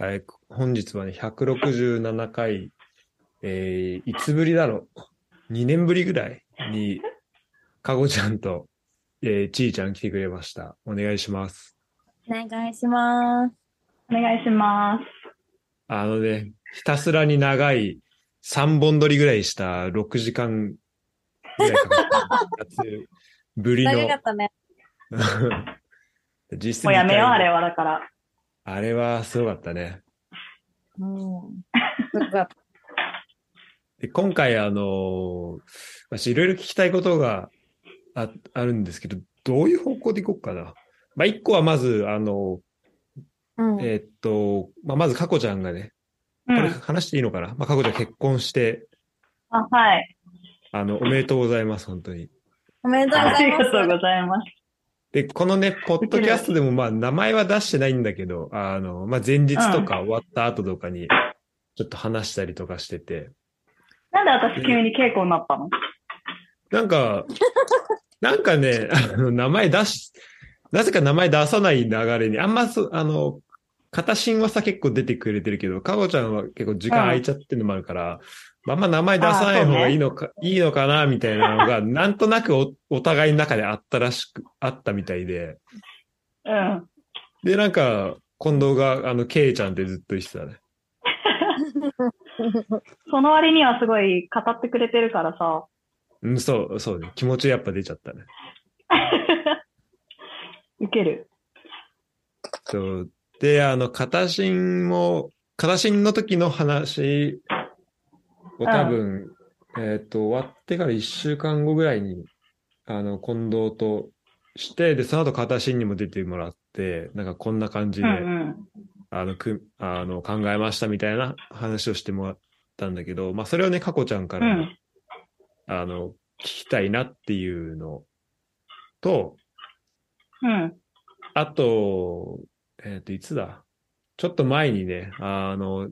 えー本日はね、167回、えーいつぶりだろう ?2 年ぶりぐらいに、かごちゃんと、えーちいちゃん来てくれました。お願いします。お願いします。お願いします。あのね、ひたすらに長い、3本撮りぐらいした6時間ぐらいかかったやつぶり長のか。ったね。 実質もうやめよう、二あ回目れはだから。あれはすごかったね。うん。すごかった。で今回、あのー私いろいろ聞きたいことがああるんですけど、どういう方向でいこうかな。まあ、一個はまず、あの、うん。えーっと、まあ、まず、かこちゃんがね、こうれん。話していいのかな、まあ、かこちゃん結婚して、あ、はい。あの、おめでとうございます、本当に。おめでとうごあざいりますが。とうございます。で、このね、ポッドキャストでも、まあ、名前は出してないんだけど、あの、まあ、前日とか終わった後とかに、ちょっと話したりとかしてて、なんで私急に稽古になったのなんか、なんかね、あの名前出し、なぜか名前出さない流れに、あんまそ、あの、片親はさ結構出てくれてるけど、かごちゃんは結構時間空いちゃってるのもあるから、あんま名前出さない方がいいのか、いいのかな、みたいなのが、なんとなくおお互いの中であったらしく、あったみたいで。うん。で、なんか、近藤が、あの、ケイちゃんってずっと言ってたね。その割にはすごい語ってくれてるからさ。うん、そう、そうね。気持ちやっぱ出ちゃったね。ウケる。そうで、あの、片新も、片新の時の話を多分、えっ、と、終わってから1週間後ぐらいに、あの、近藤として、で、その後片新にも出てもらって、なんかこんな感じうで、んうん。あの、く、あの、考えましたみたいな話をしてもらったんだけど、まあ、それをね、かこちゃんかうら、ん。あの、聞きたいなっていうのと、うん。あと、えっ、と、いつだちょっと前にね、あの、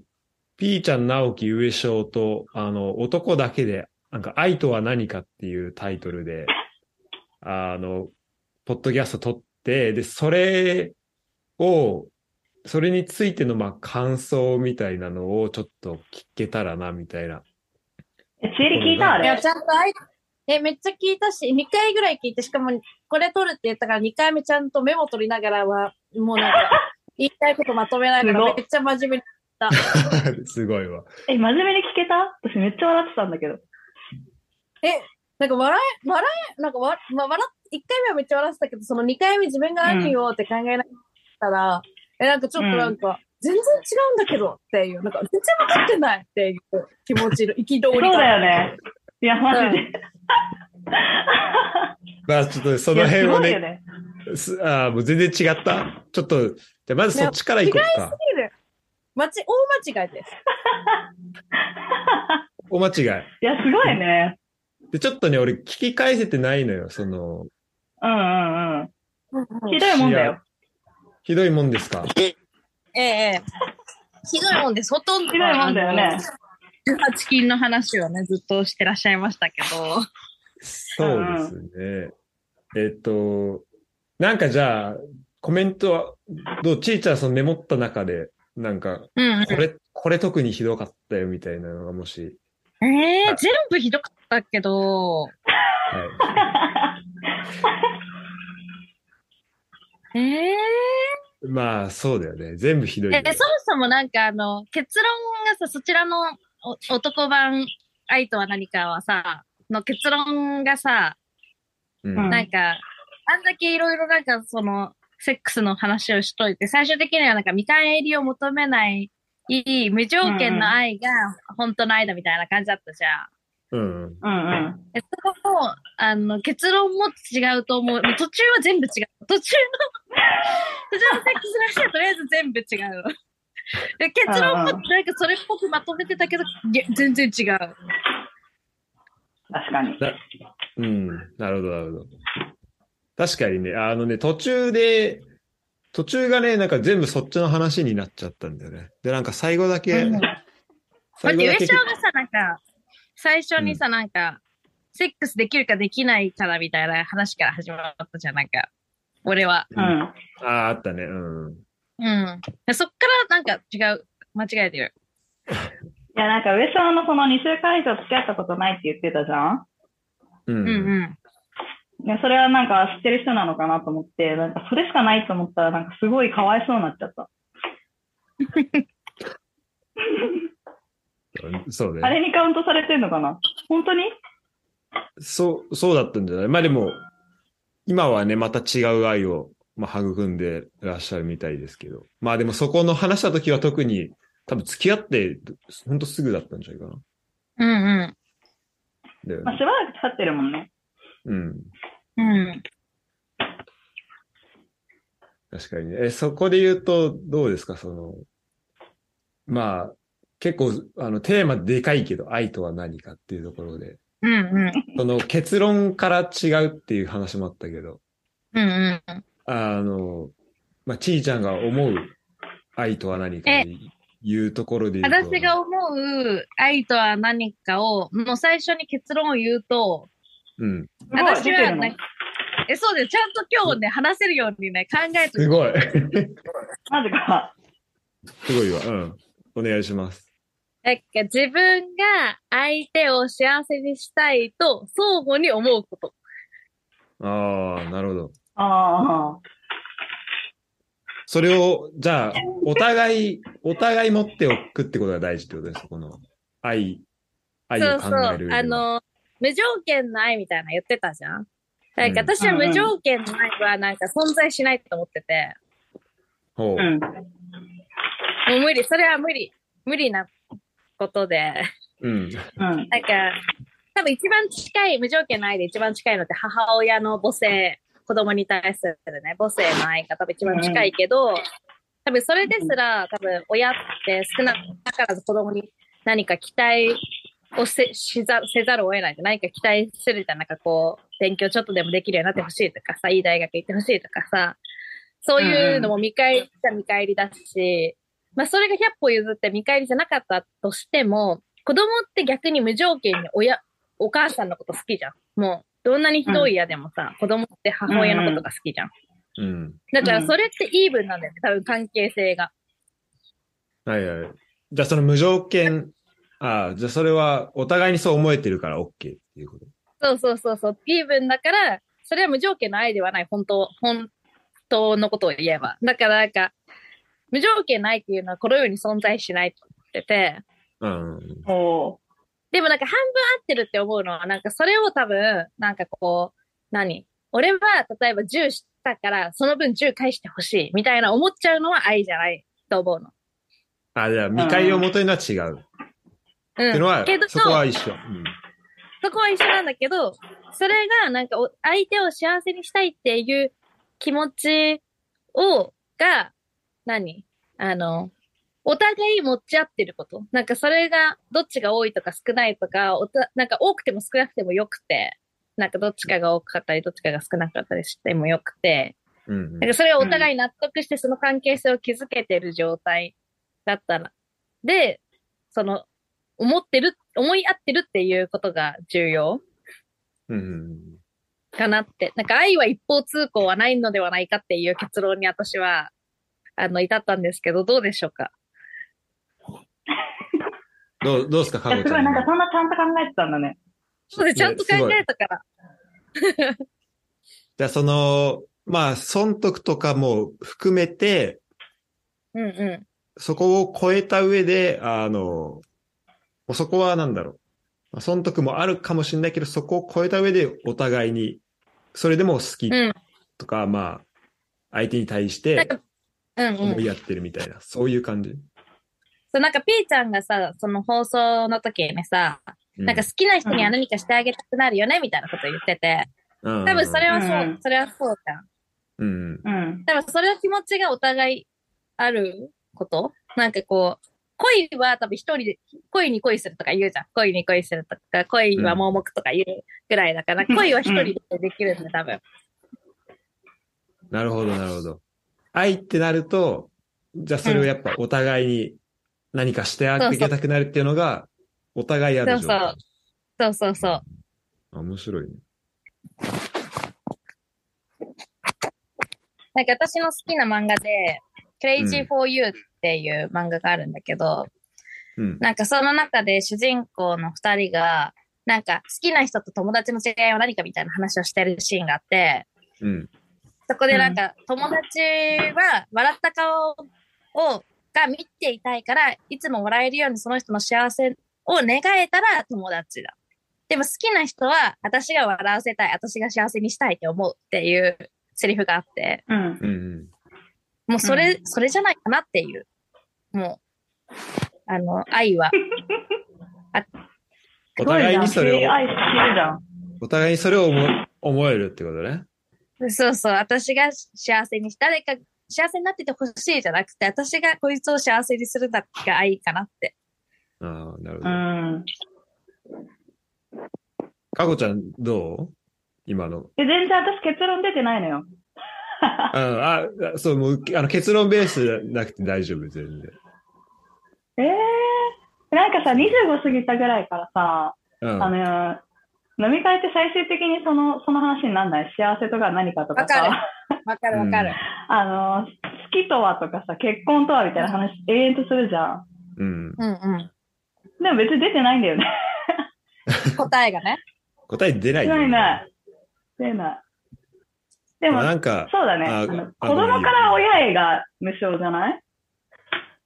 ピーちゃん、直樹、上昇と、あの、男だけで、なんか、愛とは何かっていうタイトルで、あの、ポッドキャスト撮って、で、それを、それについての、まあ、感想みたいなのをちょっと聞けたらな、みたい な。え、ちえり聞いたあいや、れち。ゃんとあい、え、めっちゃ聞いたし、2回ぐらい聞いて、しかも、これ撮るって言ったから、2回目ちゃんとメモ取りながらは、もうなん か、言いたいことまとめながすごら、っめっちゃ真面目に。すごいわ。え、真面目に聞けた私めっちゃ笑ってたんだけど。なんか笑え、笑え、なんかわ、まあ、笑っ、1回目はめっちゃ笑ってたけど、その2回目自分が何をって考えながら、え、なんかちょっとなんか、全然違うんだけどっていう、なんか全然分かってないっていう気持 ちの憤りが。そうだよね。いや、マジで。まあ、ちょっとその辺をいやすごいよね、ね。すあーもう全然違ったちょっと、じゃあまずそっちから行こうか。間ち大間違いです。お間違い。いや、すごいね。で、ちょっとね、俺聞き返せてないのよ。その、うんうんうん。ひひどいもんだよ。ひどいもんですか。ええひどいもんです。ほとんどひどいもんだよね。 18金の話をね、ずっとしてらっしゃいましたけど。そうですね。えっと、なんかじゃあ、コメントは、どうちいちゃんそのメモった中で、なんか、うんこれ、これ特にひどかったよみたいなのがもし、うん。ええ全部ひどかったけど、はい。ええまあ、そうだよね。全部ひどいよね、え、そもそもなんかあの、結論がさ、そちらのお男版愛とは何かはさ、の結論がさ、うんうんなんか、あんだけいろいろなんかその、セックスの話をしといて、最終的にはなんか見返りを求めない、いい、無条件の愛が本当の愛だみたいな感じだったじゃん。うんうん。うんうん。えそこも、あの、結論も違うと思う。もう途中は全部違う。途中の 、途中のセックスの話はとりあえず全部違う。で結論もうんなんかそれっぽくまとめてたけど、いや全然違う。確かに。うん。なるほど、なるほど。確かにね、あのね、途中で、途中がね、なんか全部そっちの話になっちゃったんだよね。で、なんか最後だけ、うんだっ最後てだ上け昇がさ、なんか、最初にさ、なんか、セックスできるかできないかだみたいな話から始まったじゃん、なんか、俺は。うん。ああ、あったね。うん。うん。そっからなんか違う、間違えてる。いや、なんか上島のその2週間以上付き合ったことないって言ってたじゃんう。うんんうん。いや、それはなんか知ってる人なのかなと思って、なんかそれしかないと思ったら、なんかすごいかわいそうになっちゃった。そうあね。れにカウントされてんのかな本当にそう、そうだったんじゃないまあでも、今はね、また違う愛を、まあ、育んでらっしゃるみたいですけど。まあでもそこの話した時は特に、多分付き合って、ほんとすぐだったんじゃないかな。うんだよまあ、ね。しばらく経ってるもんね。うん。うん。うん。確かにね。え、そこで言うと、どうですかその、まあ、結構、あの、テーマでかいけど、愛とは何かっていうところで、うんうん。その結論から違うっていう話もあったけど、うんうん。あの、まあ、ちーちゃんが思う愛とは何かえにいうところで言うと。私が思う愛とは何かを、もう最初に結論を言うと、うん。すごい私出てはるのね、え、そうです。ちゃんと今日ね、話せるようにね、考えてすごい。 なぜか。すごいわ。うん。お願いします。なんか自分が相手を幸せにしたいと相互に思うこと。ああ、なるほど。あそれを、じゃあ、お互い、お互い持っておくってことが大事ってことです。この、愛、愛そをう考そえる上でう。は。あの、無条件の愛みたいなの言ってたじゃん。なんかうん私は無条件の愛はなんか存在しないと思ってて、ほうあ。うん。もう無理、それは無理、無理なことで、うん。うん。なんか、多分一番近い、無条件の愛で一番近いのって母親の母性、子供に対するね、母性の愛が多分一番近いけど、多分それですら、多分親って少なからず子供に何か期待をせしざせざるを得ない。何か期待するじゃん。なんかこう、勉強ちょっとでもできるようになってほしいとかさ、いい大学行ってほしいとかさ、そういうのも見返りじゃ見返りだし、まあそれが100歩譲って見返りじゃなかったとしても、子供って逆に無条件に親、お母さんのこと好きじゃん。もう、どんなにひどい嫌でもさ、子供って母親のことが好きじゃん。うん。だからそれってイーブンなんだよね、多分関係性が。はいはい。じゃあ、その無条件、ああ、じゃあ、それは、お互いにそう思えてるから、OK っていうこと。そうそうそうそう、イーブンだから、それは無条件の愛ではない、本当、本当のことを言えば。だからなんか、無条件の愛っていうのはこの世に存在しないと思ってて、うん。おーでもなんか半分合ってるって思うのは、なんかそれを多分、なんかこう、何俺は例えば10したから、その分10返してほしいみたいな思っちゃうのは愛じゃないと思うの。あ、じゃあ、見返りを求めるのは違う。うん。っていうのはけど、そこは一緒。そこは一緒なんだけど、それがなんかお相手を幸せにしたいっていう気持ちを、が、何あの、お互い持ち合ってること。なんかそれが、どっちが多いとか少ないとか、おたなんか多くても少なくてもよくて、なんかどっちかが多かったり、どっちかが少なかったりしてもよくて、うん。うん、うんなんかそれをお互い納得してその関係性を築けてる状態だったら、で、その、思ってる、思い合ってるっていうことが重要うんうん。かなって。なんか愛は一方通行はないのではないかっていう結論に私は、あの、至ったんですけど、どうでしょうかどう、どうですか、いかや、ごすちごゃい、んなの。んかそんなちゃんと考えてたんだね。、そうです、ちゃんと考いやすごえいたから。じゃあ、その、まあ、損得とかも含めて、うんうそこを超えた上で、あの、もうそこはなんだろうまあ。損得もあるかもしれないけど、そこを超えた上でお互いに、それでも好きうんとか、まあ、相手に対してん。うんうん思。いやってるみたいな、そういう感じ。そう、なんか、ピーちゃんがさ、その放送の時にさ、なんか好きな人には何かしてあげたくなるよね、みたいなこと言ってて、多多分それはそううんそれはそうじゃん。うん。うん。多分それは気持ちがお互いあることなんかこう、恋は多分一人で、恋に恋するとか言うじゃん。恋に恋するとか、恋は盲目とか言うぐらいだから、うん恋は一人でできるんだ、多分。なるほど、なるほど。愛ってなると、じゃあそれをやっぱお互いに何かしてあげたくなるっていうのが、お互いある状態。そうそうそうそう。あ面白いね。なんか私の好きな漫画で、 Crazy for You っていう漫画があるんだけど、うん。なんかその中で主人公の二人が、なんか好きな人と友達の違いは何かみたいな話をしてるシーンがあって、うん。そこでなんか友達は笑った顔を、が見ていたいから、いつも笑えるようにその人の幸せを願えたら友達だ。でも好きな人は私が笑わせたい、私が幸せにしたいって思うっていうセリフがあって、うん。うんうん。もうそれ、うそれじゃないかなっていう。もう、あの、愛は。お互いにそれを、愛してるじゃん。お互いにそれを思思えるってことね。そうそう、私が幸せにし、誰か幸せになっててほしいじゃなくて、私がこいつを幸せにするだけが愛かなって。ああ、なるほうど。ん。かこちゃん、どう今の。で、全然私結論出てないのよ。ああ、あそう、もう、あの、結論ベースじゃなくて大丈夫、全然。ええー。なんかさ、25過ぎたぐらいからさ、うん。あの、飲み会って最終的にその、その話になんない幸せとか何かとかわかさ、わかるわかる。 あの、好きとはとかさ、結婚とはみたいな話永遠とするじゃん。うん。うんうん。でも別に出てないんだよね。答えがね。答え出ない出よね、ないない。出ない。でも、なんか、そうだね。ああのあ子供から親へが無償じゃない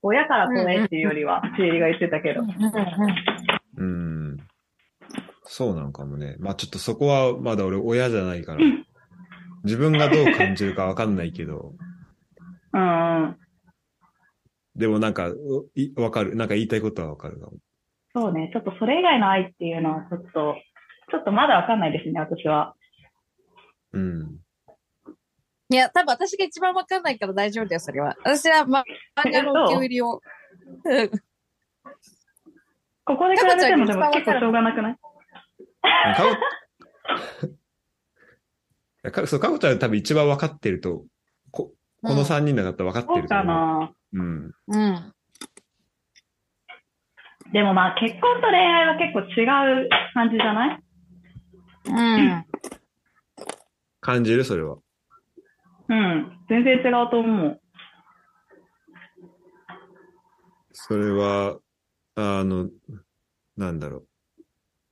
親から子へっていうよりは、シエリが言ってたけど。うん。そうなんかもね。まあちょっとそこはまだ俺親じゃないから、自分がどう感じるかわかんないけど、うんうん。でもなんか、ういわかる。なんか言いたいことはわかるかも。そうね。ちょっとそれ以外の愛っていうのは、ちょっと、ちょっとまだわかんないですね、私は。うん。いや、多分私が一番わかんないから大丈夫だよ、それは。私は、ま、漫画の受け売りを。うんここで比べても、でもタコちゃんが一番わか結構るしょうがなくないかご かそう、かごちゃんは多分一番わかってると、ここの3人だったらわかってそるうとか思う。な。うん。うん。でもまあ、結婚と恋愛は結構違う感じじゃないうん。感じるそれは。うん。全然違うと思う。それは、あの、なんだろう。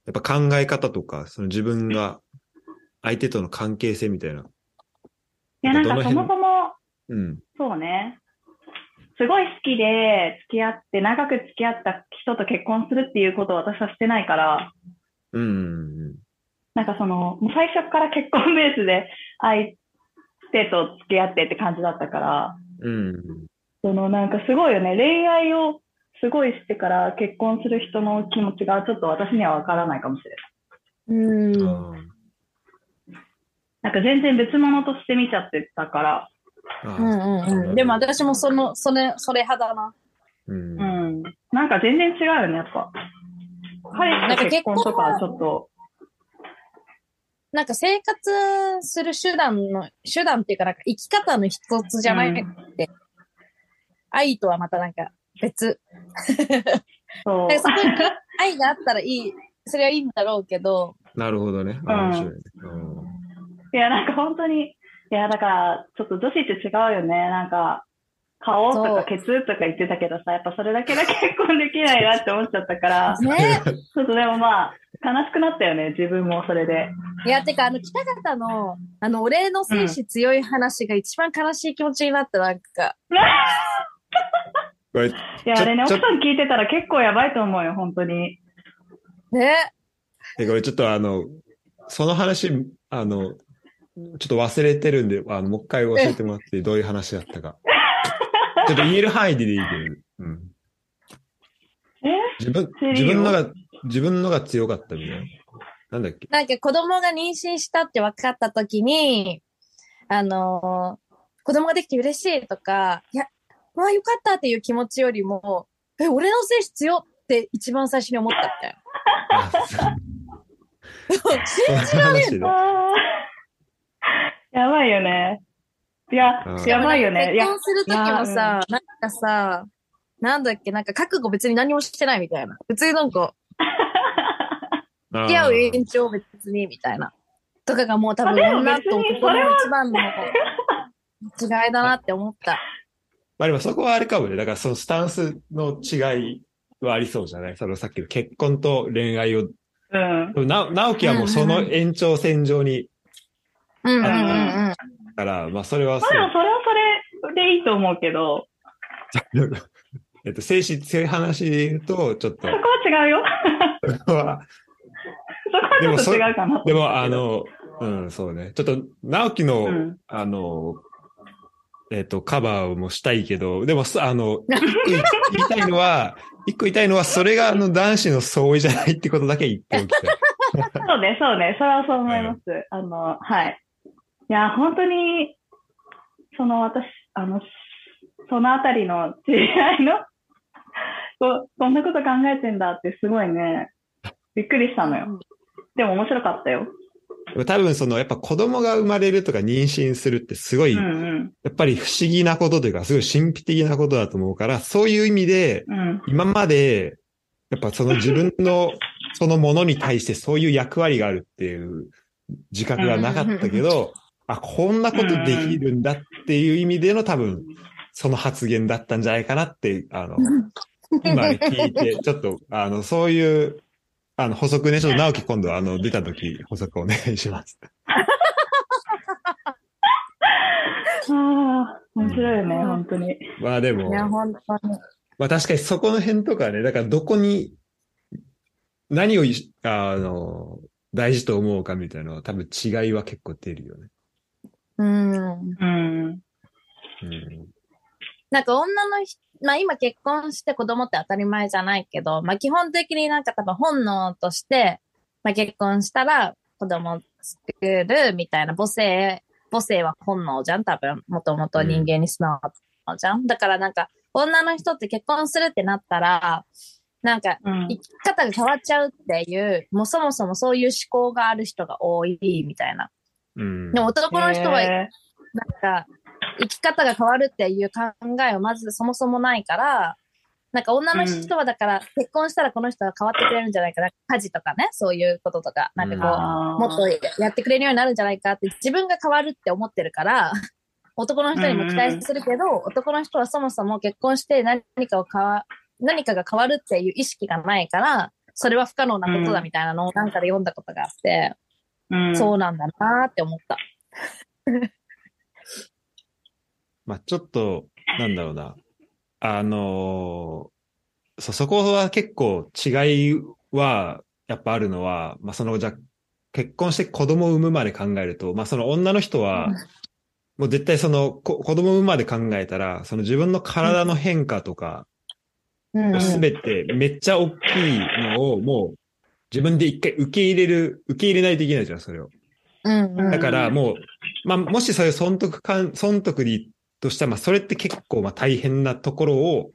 やっぱ考え方とか、その自分が相手との関係性みたいな。いや、なんかどのそ辺もそも、うん。そうね。すごい好きで付き合って、長く付き合った人と結婚するっていうことを私はしてないから、うんうんうん。なんかその、もう最初から結婚ベースで相手と付き合ってって感じだったから、うんそのなんかすごいよね、恋愛をすごいしてから結婚する人の気持ちがちょっと私にはわからないかもしれない。う。うんん。あーなんか全然別物として見ちゃってたから、あうんー。うんうん。でも私もその、それ、それ派だな。うんう。ん。なんか全然違うよね、やっぱ。彼氏と結婚とかはちょっと、なんか生活する手段の、手段っていうかなんか生き方の一つじゃないって、愛とはまたなんか別。そう。なんかそこに愛があったらいい、それはいいんだろうけど、なるほどね。ん面白いね。うんいや、なんか本当に、いや、だから、ちょっと女子って違うよね。なんか、顔とそうかケツとか言ってたけどさ、やっぱそれだけで結婚できないなって思っちゃったから、ね。ちょっとでもまあ、悲しくなったよね、自分もそれで。いや、てかあの北方の、あの、お礼の精子強い話が一番悲しい気持ちになった、なんか。これ、いや、ちょあれね、ち奥ょさん聞いてたら結構やばいと思うよ、本当に。ね。えこれちょっとあの、その話、あの、ちょっと忘れてるんで、あの、もう一回教えてもらって、どういう話だったか。ちょっと言える範囲でいいけど。うん。え自分、セ自リー分よのが、自分のが強かったみたいな。なんだっけなんか子供が妊娠したって分かった時に、あのー子供ができて嬉しいとか、いや、まあよかったっていう気持ちよりも、え、俺の精子強って一番最初に思ったみたいあ、そうな。しその話だ。あー やばいよね。いやあ、ーやばいよね。結いや、婚する時もさ、なんかさ、なんだっけ、なんか覚悟別に何もしてないみたいな。別になんか、付付き合う延長別にみたいな。とかがもう多分あでも女別とに男の一番の違いだなって思った。まあでもそこはあれかもね。だからそのスタンスの違いはありそうじゃないそのさっきの結婚と恋愛を。うん。でもな、直樹はもうその延長線上に、うんうんうん。うんだから、まあそれはそまあでもう。それはそれでいいと思うけど、えっと、精神、強い話で言うと、ちょっと そこ、は違うよ。 そこはそこはちょっと違うかなでもあ、の、うん、そうね。ちょっと、直樹の、うん。あの、えっ、と、カバーもしたいけど、でも、そあの、一個言いたいのは、一個言いたいのは、それがあの男子の相違じゃないってことだけ言っておきたい。そうね、そうね。それはそう思います。あの、はい。いや、本当に、その私、あの、そのあたりの知り合いの、 ここんなこと考えてんだってすごいね、びっくりしたのよ。でも面白かったよ。でも多分、その、やっぱ子供が生まれるとか妊娠するってすごうい、んうやん。っぱり不思議なことというか、すごい神秘的なことだと思うから、そういう意味で、うん。今まで、やっぱその自分の、 そのものに対してそういう役割があるっていう自覚がなかったけど、あ、こんなことできるんだっていう意味での多分、その発言だったんじゃないかなって、あの、今ね聞 いて、ちょっと、あの、そういう、あの、補足ね、ちょっと直樹今度、あの、出た時、補足お願いします。ああ、面白いよね、本当に。まあでも、いや、本当に。まあ確かにそこの辺とかね、だからどこに、何をいし、あの、大事と思うかみたいなのは多分違いは結構出るよね。うん。うん。うん。なんか女の人、まあ今結婚して子供って当たり前じゃないけど、まあ基本的になんか多分本能として、まあ結婚したら子供作るみたいな母性、母性は本能じゃん多分、もともと人間に素直なじゃん。だからなんか女の人って結婚するってなったら、なんかうん生き方が変わっちゃうっていう、もうそもそもそういう思考がある人が多いみたいな。うん。でも男の人はへなんか、生き方が変わるっていう考えはまずそもそもないから、なんか女の人はだから、結婚したらこの人が変わってくれるんじゃないかな、家事とかね、そういうこととか、なんーかあこーう、もっとやってくれるようになるんじゃないかって、自分が変わるって思ってるから、男の人にも期待するけど、男の人はそもそも結婚して何かを変わ、何かが変わるっていう意識がないから、それは不可能なことだみたいなのをなんかで読んだことがあって、うん、そうなんだなーって思った。まあちょっと、なんだろうな。あのーそ、そこは結構違いは、やっぱあるのは、まあその、じゃあ結婚して子供を産むまで考えると、まあその女の人は、もう絶対その、こ子供を産むまで考えたら、その自分の体の変化とか、うんすべてめっちゃ大きいのをもう自分で一回受け入れる、受け入れないといけないじゃん、それを。うんうんだからもう、まあ、もしそういう損得感、損得にとしたら、まあ、それって結構まあ大変なところを、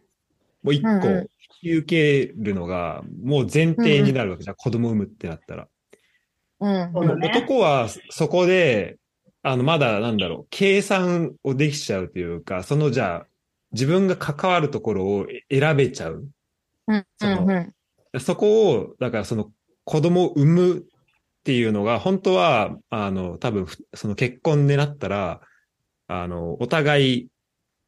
もう一個うんうん引き受けるのが、もう前提になるわけじゃん、子供産むってなったら。うんそうだね男はそこで、あの、まだなんだろう、計算をできちゃうというか、そのじゃあ、自分が関わるところを選べちゃう。うんそのうんうんそこを、だからその子供を産むっていうのが、本当は、あの、多分、ふその結婚でなったら、あの、お互い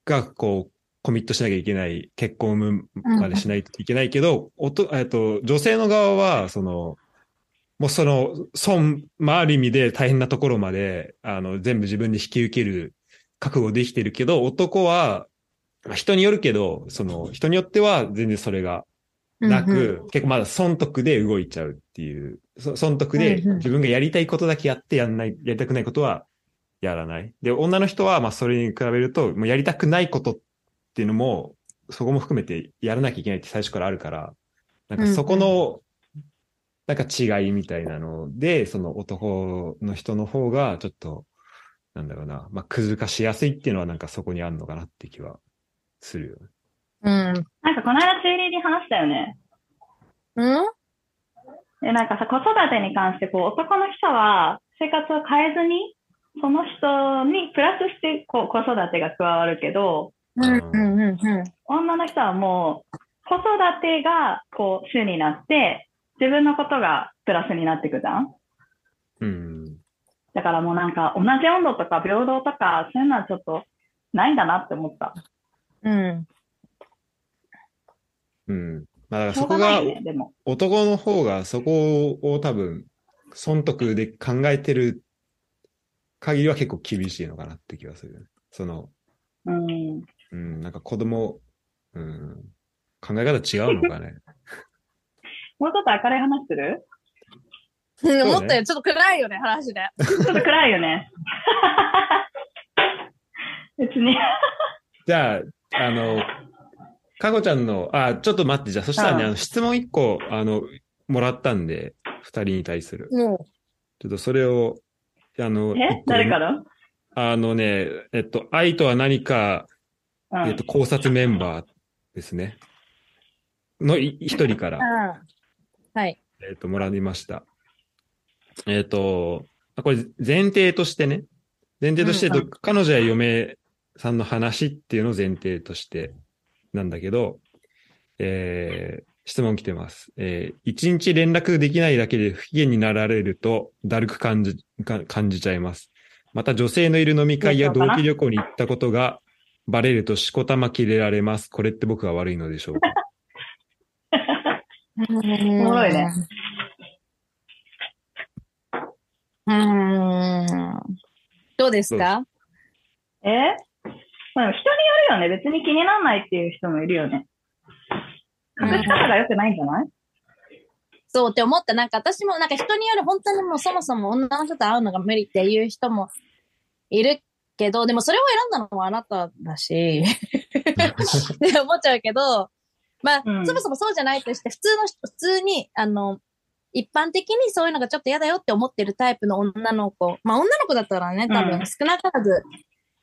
がこう、コミットしなきゃいけない、結婚を産むまでしないといけないけど、おと、えっと、女性の側は、その、もうその、損、まあ、ある意味で大変なところまで、あの、全部自分で引き受ける覚悟できてるけど、男は、まあ人によるけど、その、人によっては全然それがなく、うん結構まだ損得で動いちゃうっていう、そ損得でうんうん自分がやりたいことだけやってやんない、やりたくないことはやらない。で、女の人はまあそれに比べると、もうやりたくないことっていうのも、そこも含めてやらなきゃいけないって最初からあるから、なんかそこの、なんか違いみたいなので、その男の人の方がちょっと、なんだろうな、まあ、くずかしやすいっていうのはなんかそこにあるのかなって気はするよね。うん。なんかこの間、中理に話したよね。うんで、なんかさ、子育てに関して、こう、男の人は生活を変えずに、その人にプラスして、こう、子育てが加わるけど、うんうんうんうん。女の人はもう、子育てが、こう、主になって、自分のことがプラスになってくじゃんうん。だからもうなんか、同じ温度とか平等とか、そういうのはちょっと、ないんだなって思った。うん。うん。まあ、だからしょそうがこながい、ね、でも。男の方がそこを多分、損得で考えてる限りは結構厳しいのかなって気がするよね。その、うん。うん、なんか子供、うん、考え方違うのかね。 もうちょっと明るい話するね思ったよ。ちょっと暗いよね、話ね。ちょっと暗いよね。 別に。じゃあ、あの、かこちゃんの、あ、ちょっと待って、じゃあ、そしたらね、うんあの質問一個、あの、もらったんで、二人に対する。もう。ちょっとそれを、あの、え一個誰からあのね、えっと、愛とは何か、うん。えっと、考察メンバーですね。のい一人から、はい。えっと、もらいました。えっと、あこれ前提としてね。前提として、えっと彼女や嫁さんの話っていうのを前提としてなんだけど、えー質問来てます。えー一日連絡できないだけで不機嫌になられると、だるく感じ、か感じちゃいます。また女性のいる飲み会やどうしよ同うかな期旅行に行ったことがバレるとしこたま切れられます。これって僕は悪いのでしょう かおおもろいね。うん。どうですかえまあ、でも人によるよね。別に気にならないっていう人もいるよね。うん隠し方が良くないんじゃないそうって思った。なんか私も、なんか人による本当にもうそもそも女の人と会うのが無理っていう人もいるけど、でもそれを選んだのもあなただし、って思っちゃうけど、まあ、うんそもそもそうじゃないとして、普通の人、普通に、あの、一般的にそういうのがちょっと嫌だよって思ってるタイプの女の子。まあ女の子だったらね、多うん分少なからず、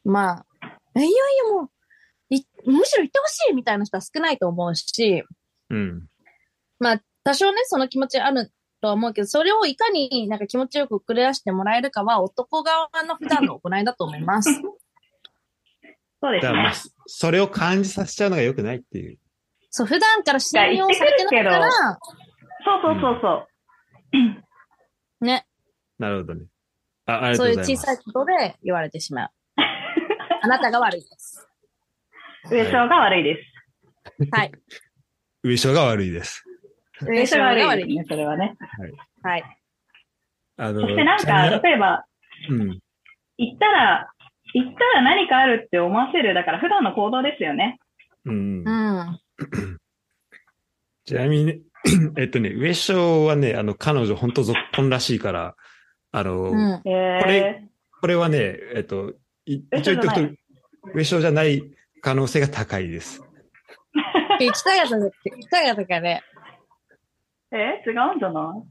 まあ、いやいやもう、いむしろ行ってほしいみたいな人は少ないと思うし、うん。多少ね、その気持ちあるとは思うけど、それをいかになんか気持ちよくクリアしてもらえるかは、男側の普段の行いだと思います。そうだですからまあ。、ねそれを感じさせちゃうのが良くないっていう。そう、普段から信用されてないかいやら、そうそうそうそう。ね、なるほどね。あ、ありがそとうういごうざい小ます。さいことで言われてしまう。あなたが悪いです。上昇が悪いです。はい。上昇が悪いです。上昇が悪い上ですね、それはね。昇が悪い。はい。あその、してなんか、例えば、うん。行ったら、行ったら何かあるって思わせる、だから普段の行動ですよね。うんう。ん。ちなみに ね、えっとね、上昇はね、あの、彼女本当ぞっこんらしいから、あの、うん。えれー、これはね、えっと、い一応上昇言っじてゃおないくと、上昇じゃない可能性が高いです。行きたいやつ、行きたいやつがね、えー、違うんじゃない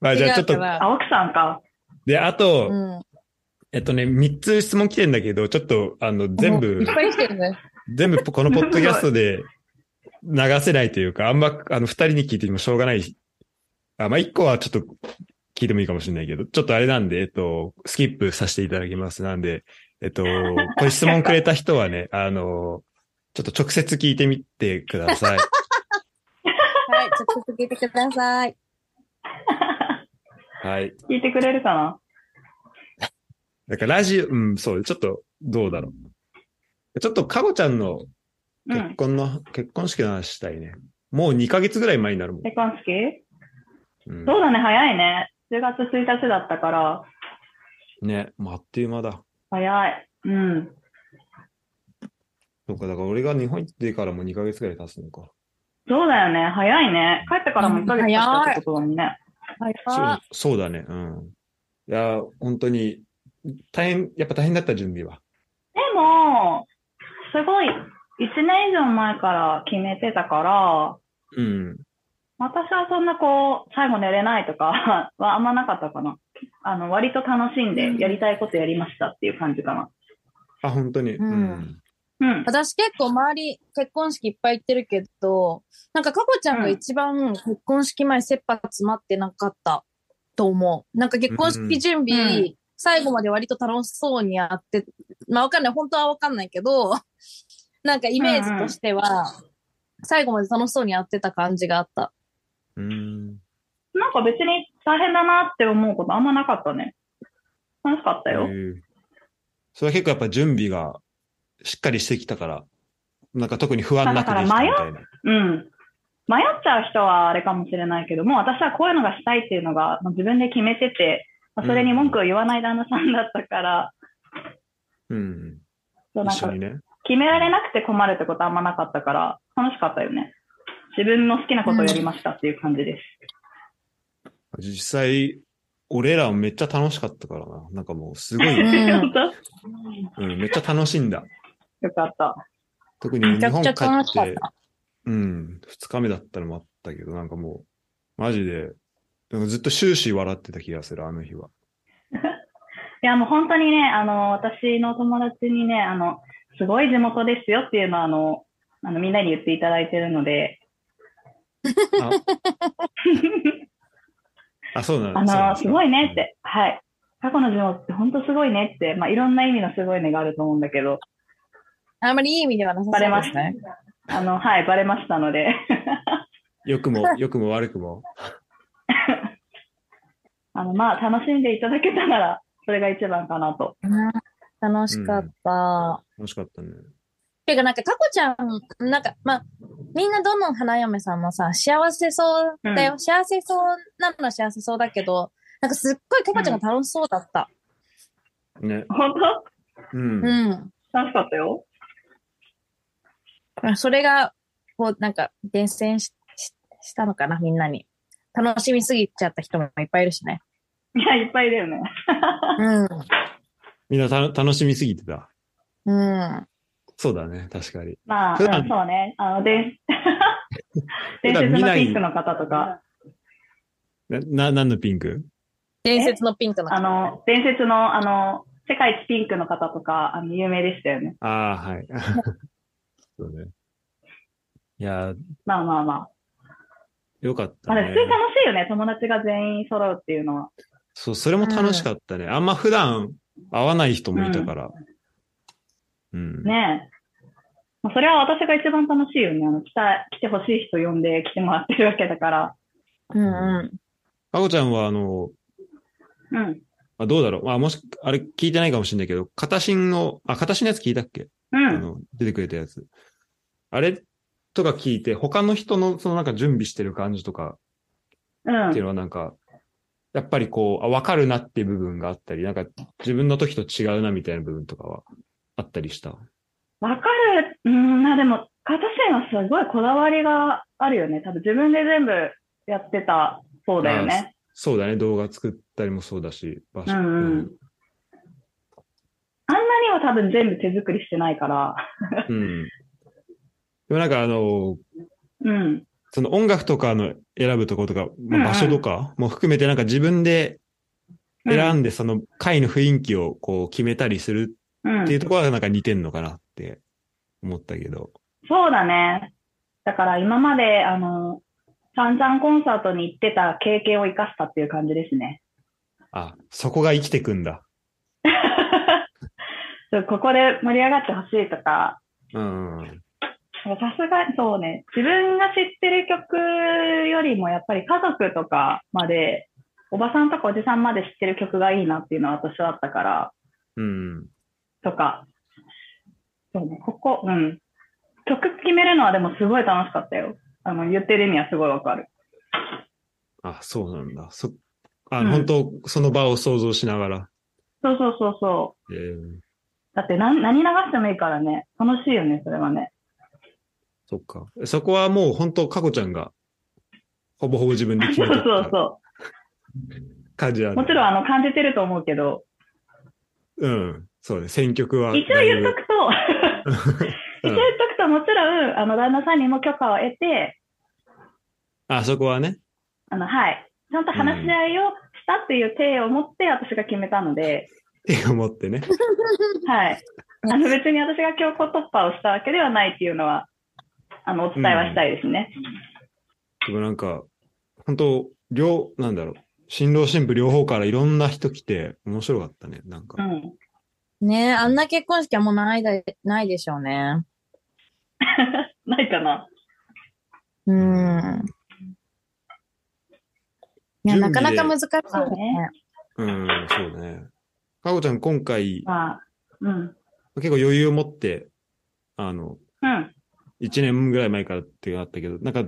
まあ、じゃあちょっ違うとか、らあ、奥さんか。で、あと、うん。えっとね、3つ質問来てんだけど、ちょっと、あの、全もうい部っ、ぱい来てるね。全部このポッドキャスト で流せないというか、あんま、あの、二人に聞いてもしょうがない。あ、まあ、一個はちょっと聞いてもいいかもしれないけど、ちょっとあれなんで、えっと、スキップさせていただきます。なんで、えっと、これ質問くれた人はね、あの、ちょっと直接聞いてみてくだ さい。はい。ちょっと聞いてください。はい。聞いてくれるかなだからラジオ、うん、そう、ちょっとどうだろう。ちょっとかごちゃんのう結ん。婚の、結婚式の話したいね。もう2ヶ月ぐらい前になるもん。結婚式うんそうだね、早いね。10月1日だったから、ね、もうあっという間だ。早い。うん。そうか、だから俺が日本行ってからもう2ヶ月ぐらい経つのか。そうだよね、早いね。帰ってからも1ヶ月経ったってことだもんね。そうはそうだね、うん。いや、本当に、大変、やっぱ大変だった準備は。でも、すごい、1年以上前から決めてたから、うん。私はそんなこう、最後寝れないとか はあんまなかったかな。あの、割と楽しんで、やりたいことやりましたっていう感じかな。あ、本当に。ううんん。 うん。私結構周り結婚式いっぱい行ってるけど、なんかかこちゃんが一番結婚式前切羽詰まってなかったと思う。なんか結婚式準備、うんう最後まで割と楽しそうにやって、まあわかんない、本当はわかんないけど、 なんかイメージとしては、最後まで楽しそうにやってた感じがあった。うん。なんか別に大変だなって思うことあんまなかったね。楽しかったへよ。えそれは結構やっぱ準備がしっかりしてきたからなんか特に不安なくできたみたいな。うん。迷っちゃう人はあれかもしれないけど、もう私はこういうのがしたいっていうのが、もう自分で決めてて、まあそれに文句を言わない旦那さんだったから、うん。そうなん一緒かにね。決められなくて困るってことあんまなかったから、楽しかったよね。自分の好きなことをやりましたっていう感じです。実際、俺らめっちゃ楽しかったからな。なんかもうすごい、ううん 本当ん、めっちゃ楽しんだ。よかった。特にめち日ゃく本ち帰ゃ楽っしかってた、うん、二日目だったのもあったけど、なんかもう、マジで、なんかずっと終始笑ってた気がする、あの日は。いや、もう本当にね、あの、私の友達にね、あの、すごい地元ですよっていうのは、あの、あのみんなに言っていただいてるので、ああ、そうなんそうなんあの、ですすかごいねっ。て、はい。過去の地元って本当すごいねって、まあ、いろんな意味のすごいねがあると思うんだけど、あんまりいい意味ではなさそうバレまでしすたね。。あの、はい、バレましたので。 良くも、良くも悪くも。あの、まあ、楽しんでいただけたなら、それが一番かなと。うん楽しかった。楽しかったね。てか、なんか、タコちゃん、なんか、まあ、みんなどの花嫁さんもさ、幸せそうだよ。う幸せそうなのは幸せそうだけど、なんかすっごいタコちゃんが楽しそうだった。ね。本当うん。うん。楽しかったよ。それが、こう、なんか、伝染しししたのかな、みんなに。楽しみすぎちゃった人もいっぱいいるしね。いや、いっぱいだよね。うん。みんなた楽しみすぎてた。うん。そうだね、確かに。まあ、普段うんそうね。あの、で 普伝段説見のないピンクの方とか、な、な何のピンク伝説のピンクのあの、伝説の、あの、世界一ピンクの方とか、あの、有名でしたよね。ああ、 はい。そうね。いやー、まあまあまあ。よかったまあ、ね普通。に楽しいよね。友達が全員揃うっていうのは。そう、それも楽しかったね。あんま普段会わない人もいたから。うん。ねえ。まあ、それは私が一番楽しいよね。あの、来た、来てほしい人呼んで来てもらってるわけだから。うんうん。かこちゃんは、あの、うん。あどうだろう。まあ、もし、あれ聞いてないかもしれないけど、片新の、あ、片新のやつ聞いたっけ、うあん。の、出てくれたやつ。あれとか聞いて、他の人の、そのなんか準備してる感じとかうんっていう。のはなんか、やっぱりこう、あ、わかるなっていう部分があったり、なんか自分の時と違うなみたいな部分とかはあったりした。わかる。うん、まあでも、片線はすごいこだわりがあるよね。多分自分で全部やってた方だよね。そうだね。動画作ったりもそうだし、場う所。んうん。あんなには多分全部手作りしてないから。うん。うん。でもなんかあの、うん。その音楽とかの選ぶところとか、まあうんうん場所とかも含めてなんか自分で選うんでその回の雰囲気をこう決めたりするんっていうところはなんか似てんのかなって思ったけど。そうだね。だから今まで、あの、散々コンサートに行ってた経験を生かしたっていう感じですね。あ、そこが生きてくんだ。 そうここで盛り上がってほしいとか、うんうん。さすが、そうね、自分が知ってる曲よりもやっぱり家族とかまで、おばさんとかおじさんまで知ってる曲がいいなっていうのは私はあったから、うん。とか、そうね、ここ、うん。曲決めるのはでもすごい楽しかったよ。あの、言ってる意味はすごいわかる。あ、そうなんだ。そ、あ、うん本当その場を想像しながら。そうそうそうそえーう。だって何何流してもいいからね、楽しいよね、それはね。そっか。そこはもう本当かこちゃんが、ほぼほぼ自分で決 そめうたそうそ感じなんう。だ。もちろん、あの、感じてると思うけど、うん。そうね。選曲は。一応言っとくと、一う応言っんとくと、もちろん、あの、旦那さんにも許可を得て、あ、そこはね。あの、はい。ちゃんと話し合いをしたっていう体を持って私が決めたので、って思ってね。はい。あの、別に私が強行突破をしたわけではないっていうのは、あの、お伝えはしたいですね。でもなんか、本当両、なんだろう。新郎新婦両方からいろんな人来て、面白かったね。なんうか。ん。ねえ、あんな結婚式はもうないだ、ないでしょうね。ないかな。うん。準いや、備でなかなか難しいよね。うん、そうね。かこちゃん今回、まあ、うん。結構余裕を持って、あの、うん。 1年ぐらい前からっていうのがあったけど、なんか、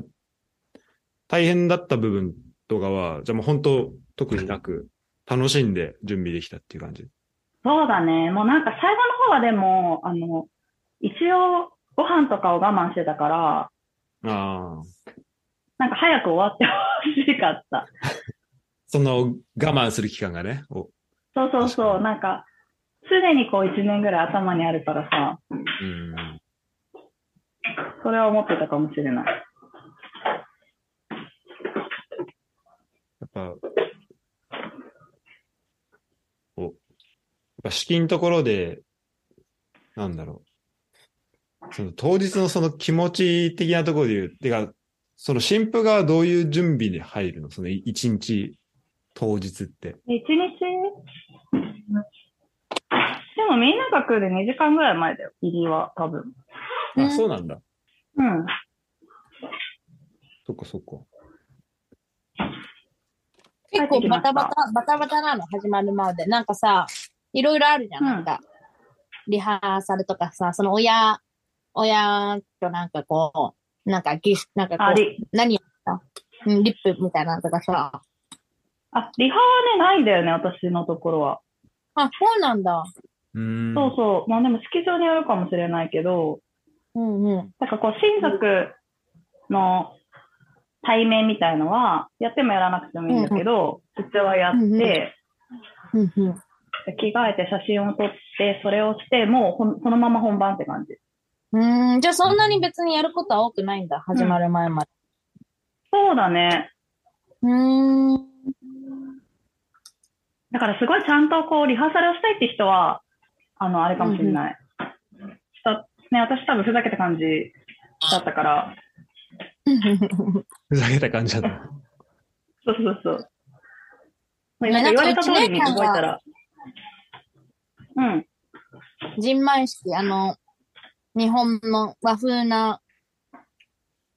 大変だった部分とかは、じゃあもう本当、特になく、楽しんで準備できたっていう感じ。そうだね。もうなんか最後の方はでも、あの、一応ご飯とかを我慢してたから、ああ。なんか早く終わってほしかった。その我慢する期間がね。おそうそうそう。なんか、すでにこう一年ぐらい頭にあるからさ、うん。それは思ってたかもしれない。やっぱ、お、やっぱ式のところで、なんだろう。その当日のその気持ち的なところで言う、てか、その新婦がどういう準備に入るのそのい一日、当日って。一日でもみんなが来る2時間ぐらい前だよ、入りは、多分。あ、そうなんだ。うん。そっかそっか。結構バタバタ、バタバタなの、始まるまで。なんかさ、いろいろあるじゃん。うんなんか、リハーサルとかさ、その親、親となんかこう、なんかギフ、なんかこあ、う、リ、何やったうん、リップみたいなのとかさ。あ、リハはね、ないんだよね、私のところは。あ、そうなんだ。うーん。そうそう。まあでも、式場によるかもしれないけど、うんうん。なんかこう、親族の対面みたいのは、やってもやらなくてもいいんだけど、実はやって、うんうんでうんうん。着替えて写真を撮って、それをして、もうほんそのまま本番って感じ。うーん、じゃあそんなに別にやることは多くないんだ、始まる前まで。そうだね。うーん。だからすごいちゃんとこうリハーサルをしたいって人は、あの、あれかもしれない。ちょっとね、私多分ふざけた感じだったから、ふざけた感じだった。そうそうそう。ねなんか言われた通りに覚えたら。うん。人前式、あの、日本の和風な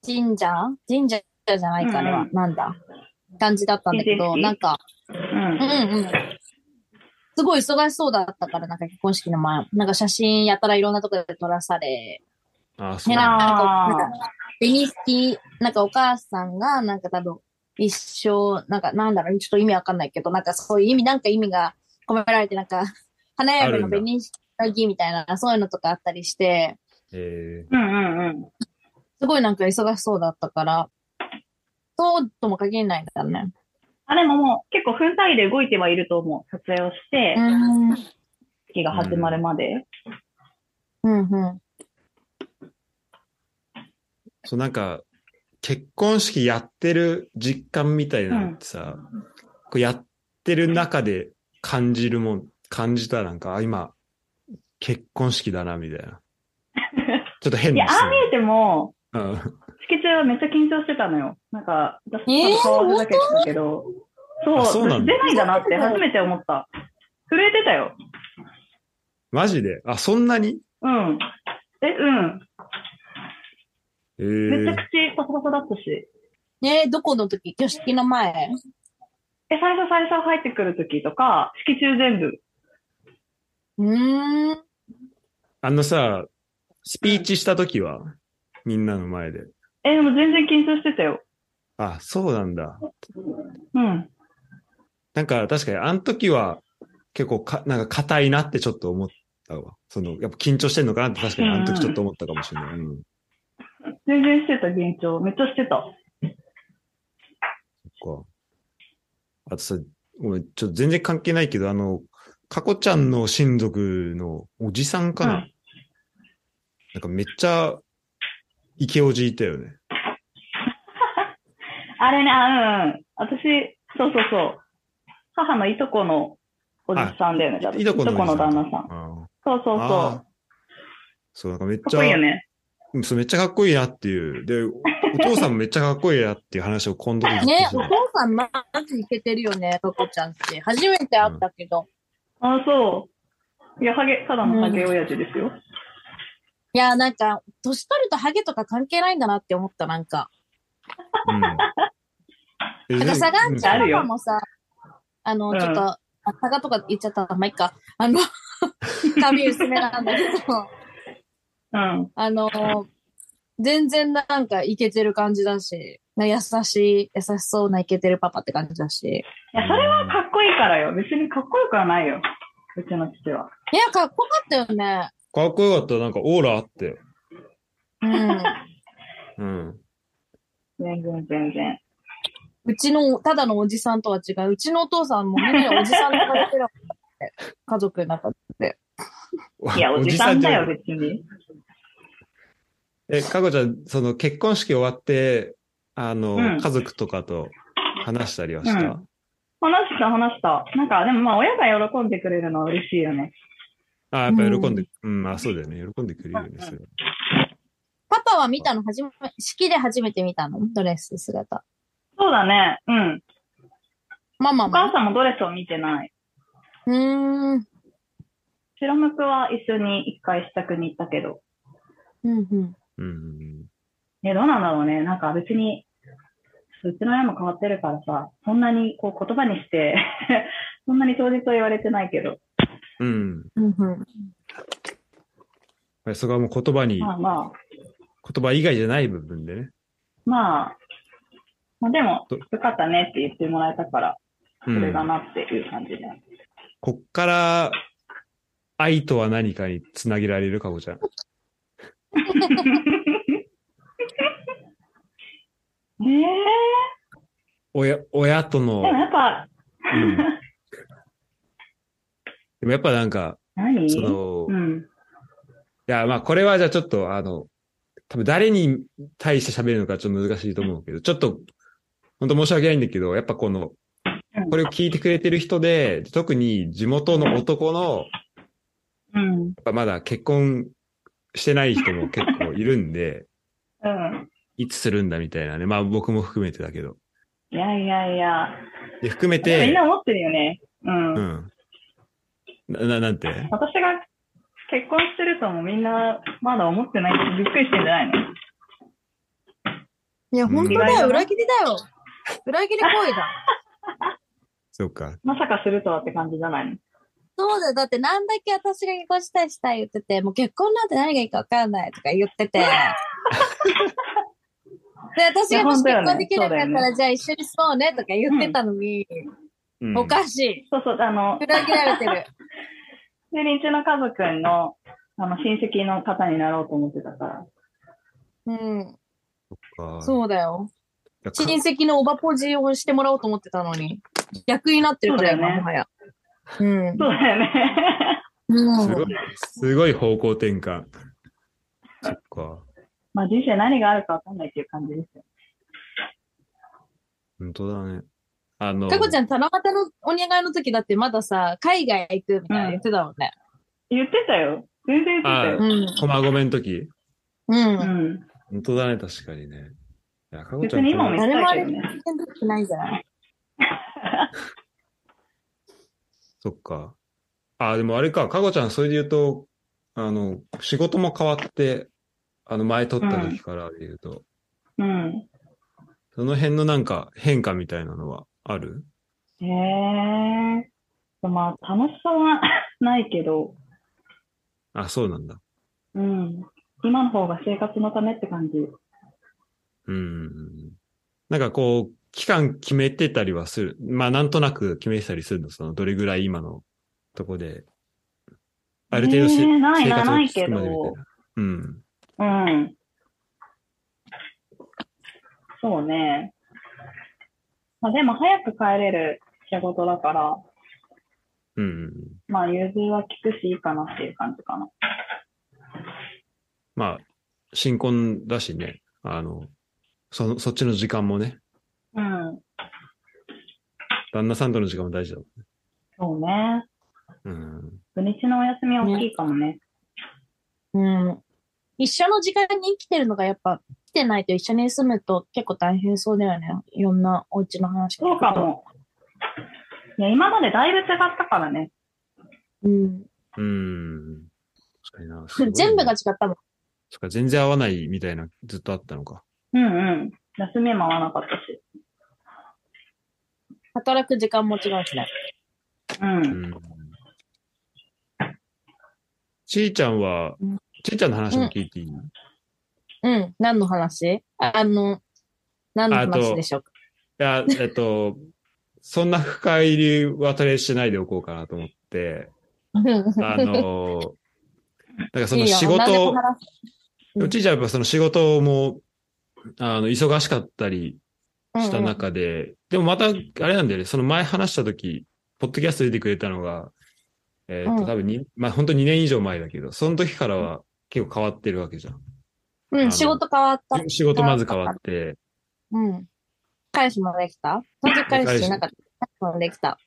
神社神社じゃないかうんら、うんなんだ感じだったんだけど、神な前式んか、ううんん。うん。すごい忙しそうだったから、なんか結婚式の前、なんか写真やたらいろんなとこで撮らされ、あー、そねうななんんだ。かあーなんかベニスキなんかお母さんが、なんか多分、一生、なんかなんだろう、ちょっと意味わかんないけど、なんかそういう意味、なんか意味が込められて、なんか、花あ嫁るのんだベニスキみたいな、そういうのとかあったりして、えうんうんうん。すごいなんか忙しそうだったから、そうとも限らないからね。あ、でももう結構分単位で動いてはいると思う。撮影をしてう、ん。うん式が始まるまで。うん。ー、そうなんか、結婚式やってる実感みたいなのってさ、こうやってる中で感じるもん、感じたなんか、あ、今、結婚式だな、みたい な。ちょっと変いやで、あすあ見えても、ね。式中はめっちゃ緊張してたのよ。なんか、私、えーちょっと顔ふざけてたけど、あそ、そううな出んだないんだなって初めて思った。震えてたよ。マジであ、そんなにうん。え、うん。えめっちゃー、口パサパサだったし。ねえ、どこの時挙式の前え、最初最初入ってくるときとか、式中全部。うーん。あのさ、スピーチした時は、みんなの前で。え、でも全然緊張してたよ。あ、そうなんだ。うん。なんか確かにあの時は結構か、なんか硬いなってちょっと思ったわ。その、やっぱ緊張してんのかなって確かにあの時ちょっと思ったかもしれない。うん。全然してた、緊張。めっちゃしてた。そっか。あとさ、ごめん、ちょっと全然関係ないけど、あの、かこちゃんの親族のおじさんかな、うんなんかめっちゃ、イケオジいたよね。あれね、あうんうん。私、そうそうそう。母のいとこのおじさんだよね、多分いとこのおじさんの旦那さん。あそうそうあそう。ああそう、なんかめっかっちゃ、こいいよね。うんそうめっちゃかっこいいなっていう。で、おお父さんもめっちゃかっこいいなっていう話を今度にずっとねしえ、ておた父さんマジいけてるよね、かこちゃんって。初めて会ったけど。あ、そう。いや、ハゲ、ただのハゲ親父ですよ。いや、なんか、年取るとハゲとか関係ないんだなって思った、なんか。うん。なんか、サガンちあゃんるとよかもさ、あの、うんちょっと、あサガとか言っちゃったら、まあ、いっか。あの、 髪薄めなんだけど。うん。あのー全然なんかいけてる感じだし、優しい、優しそうないけてるパパって感じだし。いや、それはかっこいいからよ。別にかっこよくはないよ。うちの父は。いや、かっこよかったよね。かっこよかった。なんかオーラあって。うん。うん。全然全然。うちの、ただのおじさんとは違う。うちのお父さんもみんなおじさんのカラ家族の中で。いや、おじさんだよ、じゃ別に。ないえ、かこちゃん、その結婚式終わって、あの、うん家族とかと話したりはした、う話した、話した。なんか、でもまあ、親が喜んでくれるのは嬉しいよね。あやっぱ喜んで、うん、あ、そうだよね。喜んでくれるよね、それは。パパは見たの初め、式で初めて見たのドレス姿。そうだね。うん。ママおも母。さんもドレスを見てない。うーん。うん白むくは一緒に一回支度に行ったけど。うん。うんうんえ、どうなんだろうね。なんか別に、うちの親も変わってるからさ、そんなにこう言葉にして、 そんなに当日は言われてないけど。うん。うんうんうん。はい。そこはもう言葉に、まあまあ、言葉以外じゃない部分でね。まあ、まあでもど、よかったねって言ってもらえたから、うそれだん。なっていう感じ で。こっから、愛とは何かにつなげられるかこちゃん。ね親、親とえの、でもやっぱ、うん。でもやっぱなんか、何その、ういん。や、まあこれはじゃあちょっとあの、多分誰に対して喋るのかちょっと難しいと思うけど、ちょっと、本当申し訳ないんだけど、やっぱこのうん、これを聞いてくれてる人で、特に地元の男の、うん。うん。やっぱまだ結婚してない人も結構いるんで、いつするんだみたいなね。まあ僕も含めてだけど。いやいやいや。で、含めでもみんてな、思ってるよね。うん。うん。な、ななんて私が結婚してるともみんなまだ思ってないけど、びっくりしてんじゃないのいや、うん本当意だ外だよ。な裏切りだよ。裏切り行為だ。そうか。まさかするとはって感じじゃないのそうだよ。だって、なんだけ私が結婚したいしたい言ってて、もう結婚なんて何がいいか分かんないとか言ってて。で、私がもしいや本当よ結ね婚できなかったら、そうだよねじゃあ一緒に住もうねとか言ってたのに、うんおかしい。そうそう、あの、裏切られてる。で、臨中の家族の、あの、親戚の方になろうと思ってたから。うん。かそうだよ。いやか親戚のおばポジをしてもらおうと思ってたのに、逆になってるから、そうだよ今ねもはや。うん。そうだよね。 うすんごい、すごい方向転換。そっか。まあ人生何があるかわかんないっていう感じですよ。本当だね。あの、かこちゃん、七夕のお願いの時だってまださ、海外行くみたいな言ってたもんね。言ってたよ。全然言ってたうよ。うん。駒込の時。うん。うん。本当だね、確かにね。いや、かこちゃ別ん、に今も言こって誰もたあけれどね。全然ってないじゃないのそっか。あ、でもあれか、かこちゃん、それで言うと、あの、仕事も変わって、あの、前取った時からで言うと、うん。その辺のなんか変化みたいなのはあるへえ。まあ楽しさはないけど、あ、そうなんだ。うん。今の方が生活のためって感じ。うん。なんかこう、期間決めてたりはする。まあ、なんとなく決めてたりするの。その、どれぐらい今のとこで、ある程度せ、えーない生な活をない落ち着くまでみけどたいな。うん。うん。そうね。まあでも早く帰れる仕事だから、うん。まあ融通は効くしいいかなっていう感じかな。まあ、新婚だしね。あの、その、そっちの時間もね、うん。旦那さんとの時間も大事だもそうね。ん。うん。土日のお休みは大きいかもね。うん。一緒の時間に生きてるのがやっぱ、来てないと一緒に住むと結構大変そうだよね。いろんなお家の話聞くとそうか。も。いや、今までだいぶ違ったからね。うん。うん。確かにな。すごいね全部が違ったもん。そっか、全然合わないみたいな、ずっとあったのか。うんうん。休みも合わなかったし。働く時間も違うしね。うん。うん。ちーちゃんはうん、ちーちゃんの話も聞いていい、うん。何の話あの、何のあと話でしょうか。いや、えっと、そんな深入りはとりあえずしないでおこうかなと思って、あの、だからその仕いいよ何で事も、話すうんうちじゃやっぱその仕事も、あの、忙しかったりうんうんした中で、でもまた、あれなんだよね、その前話した時、ポッドキャスト出てくれたのが、えっ、と、うん多分に、まあ、本当2年以上前だけど、その時からは結構変わってるわけじゃん。うあのん、仕事変わった。仕事まず変わって、うん。彼氏もできたその時彼氏いなかった。彼氏もできた。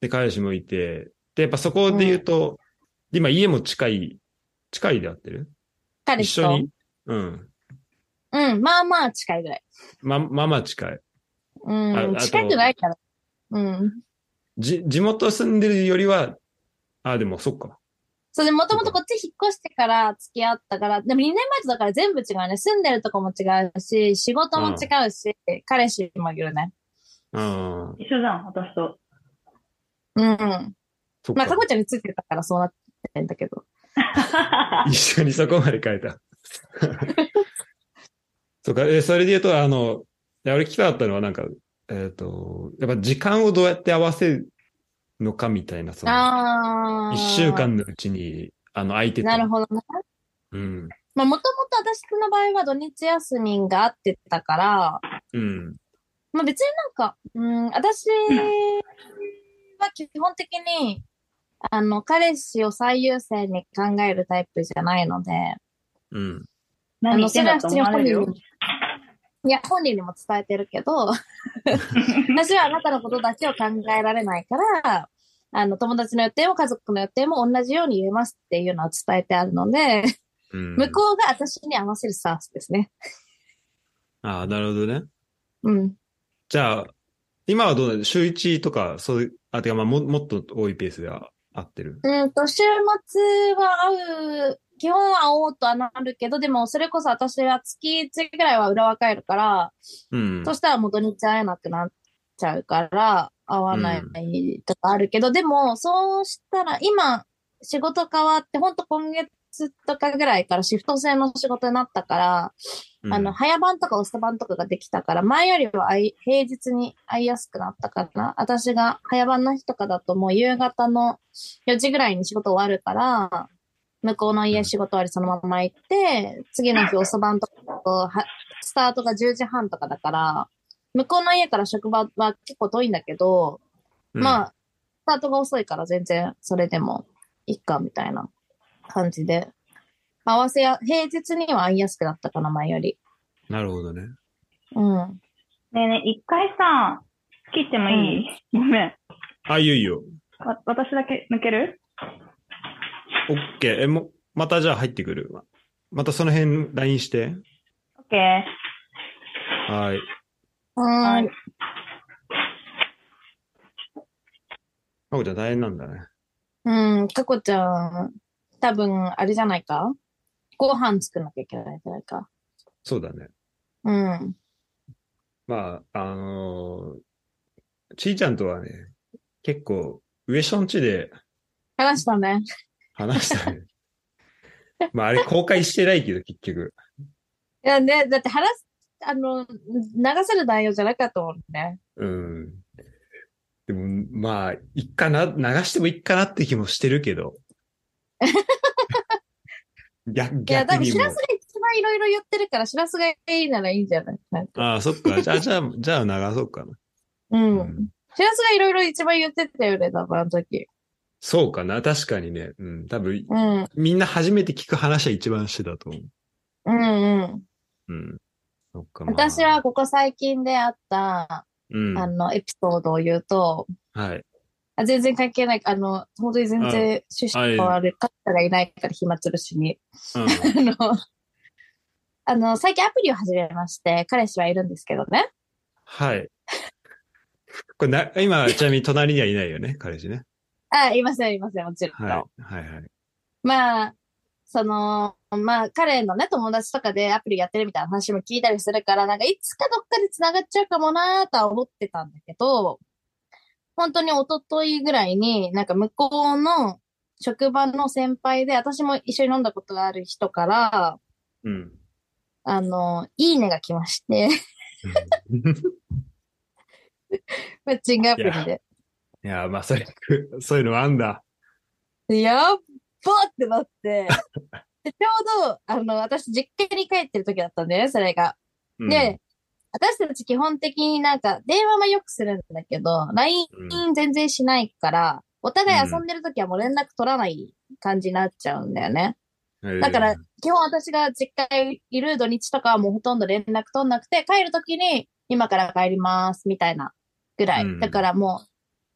で、彼氏もいて、で、やっぱそこで言うと、で今家も近い、近いであってる彼一氏緒と。に、うん。うん、まあまあ近いぐらい。ま、まあまあ近い。あうあん、と近くないから。うん。じ、地元住んでるよりは、あ、でもそっか。それでもともとこっち引っ越してから付き合ったから、でも2年前とだから全部違うね。住んでるとこも違うし、仕事も違うし、彼氏もいるね。うん。一緒じゃん、私と。 うん。そっまあ、かか。こちゃんについてたからそうなってんだけど。一緒にそ こまで変えた。そうか。え、それで言うと、あの、いや俺聞きたかったのはなんか、えっ、と、やっぱ時間をどうやって合わせるのかみたいな、その、ああ。一週。間のうちに、あの、空いてなるほどね。うん。まあ、もともと私の場合は土日休みがあってたから、うん。まあ別になんか、うん、私は基本的に、あの、彼氏を最優先に考えるタイプじゃないので、うん。あ何言の、っそてんれだはっ普通にて思わ本れる人によも。いや、本人にも伝えてる けど、私はあなたのことだけを考えられないから、あの、友達の予定も家族の予定も同じように言えますっていうのは伝えてあるので、うん。向こうが私に合わせるサースですね。ああ、なるほどね。うん。じゃあ、今はどうなの週1とか、そういう、あ、てか、まあ、も、もっと多いペースでは合ってる。うんと、週末は会う、基本は会おうとはなるけど、でもそれこそ私は月1ぐらいは裏は帰るから、うん。そしたらもう土日会えなくなっちゃうから、会わないとかあるけど、でも、そうしたら、今、仕事変わって、ほんと今月とかぐらいからシフト制の仕事になったから、うんあの、早番とか遅番とかができたから、前よりは会い平日に会いやすくなったかな。私が早番の日とかだともう夕方の4時ぐらいに仕事終わるから、向こうのう家ん仕事終わりそのまま行って、次の日遅番とかだとは、スタートが10時半とかだから、向こうの家から職場は結構遠いんだけど、うんまあ、スタートが遅いから全然それでもいっかみたいな感じで、合わせや、平日には会いやすくなったかな、前より。なるほどね。うん。ねえねえ、一回さ、切ってもいい、ごめん。あ、いいよいいよ。わ私だけ抜けるオッケー。え、も、またじゃあ入ってくる。またその辺 LINE して。オッケー。はい。はーい。まこちゃん大変なんだね。うん、かこちゃん、多分、あれじゃないかご飯作んなきゃいけないんじゃないか。そうだね。うん。まあ、あのーちーちゃんとはね、結構、上ションチで話したね。話した ね。まあ、あれ公開してないけど、結局。いや、ね、だって話す、あの、流せる内容じゃなかったもんね。うん。でも、まあ、いっかな、流してもいっかなって気もしてるけ ど。逆、いや、逆多分、にしもらすが一番いろいろ言ってるから、しらすがいいならいいんじゃないなんかああ、そっか。じゃあ、じゃあ、じゃあ流そうかな。うん。うんしらすがいろいろ一番言ってたよね、多分、あの時。そうかな。確かにね。うん。多分、うん。みんな初めて聞く話は一番してたと思う。うんうん。うん。そっか、まあ私は、ここ最近であった、うん。あはの、エピソードを言うと、い。あ全然関係ない。あの、本当に全然趣旨変わる方がいないから暇つぶしに。あの、あの、最近アプリを始めまして、彼氏はいるんですけどね。はい。これな、 今、ちなみに隣にはいないよね、彼氏ね。あ、いません、いません、もちろん。はい。はいはい。まあ、その、まあ、彼のね、友達とかでアプリやってるみたいな話も聞いたりするから、なんかいつかどっかで繋がっちゃうかもなーとは思ってたんだけど、本当に一昨日ぐらいに、なんか向こうの職場の先輩で、私も一緒に飲んだことがある人から、うん。あの、いいねが来まして、 マッチングアプリで。いや、まさに、 そういうのあんだ。でやっばってな って。でちょうど、あの、私、実家に帰ってる時だったんだよね、それが。うんで、、私たち基本的になんか、電話もよくするんだけど、LINE 全然しないから、お互い遊んでる時はもう連絡取らない感じになっちゃうんだよね。だから、基本私が実家いる土日とかはもうほとんど連絡取んなくて、帰る時に、今から帰ります、みたいなぐらい。うんだからもう、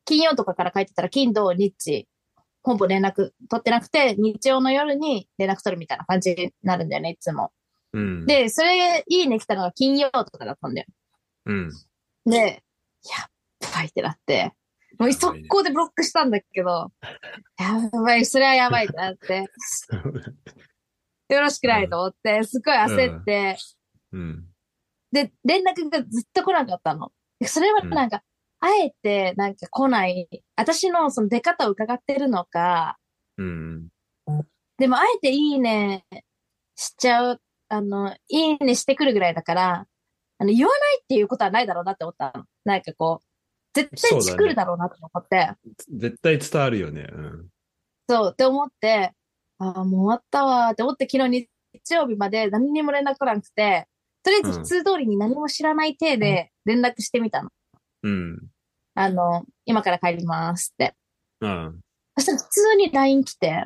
金曜とかから帰ってたら、金、土、日、ほぼ連絡取ってなくて、日曜の夜に連絡取るみたいな感じになるんだよね、いつも。うん、で、それ、いいね来たのが金曜とかだったんだよ。うん、で、やっばいってなって、もう速攻でブロックしたんだけど、 やばい、それはやばいってなって、よろしくないと思って、すごい焦って、 うん、で、連絡がずっと来なかったの。でそれはなんか、あえてなんか来ない、私のその出方を伺ってるのか、うん、でもあえていいねしちゃう、あの、いいねしてくるぐらいだから、あの、言わないっていうことはないだろうなって思ったの。なんかこう、絶対作るだろうなと思って。絶対伝わるよね。うん。そう、って思って、ああ、もう終わったわーって思って、昨日日曜日まで何にも連絡来なくて、とりあえず普通通りに何も知らない体で連絡してみたの。うん。あの、今から帰りますって。うん。そしたら普通に LINE 来て、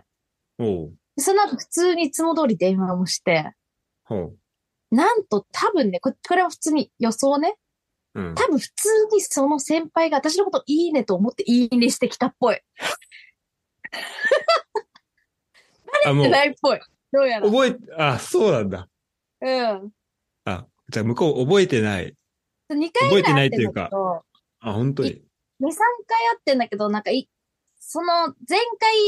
おう。その後普通にいつも通り電話もして、ほなんと多分ね、ここれは普通に予想ね。う。うん。多分普通にその先輩が私のこといいねと思っていいねしてきたっぽい。あ、もう、ないっぽい。どうやら。覚え、あ、そうなんだ。うん。あ、じゃあ向こう覚えてない。 2回ぐらい覚会えてないっとていんうだかけど、あ、本当に。 2、3回会ってんだけど、なんかい、その前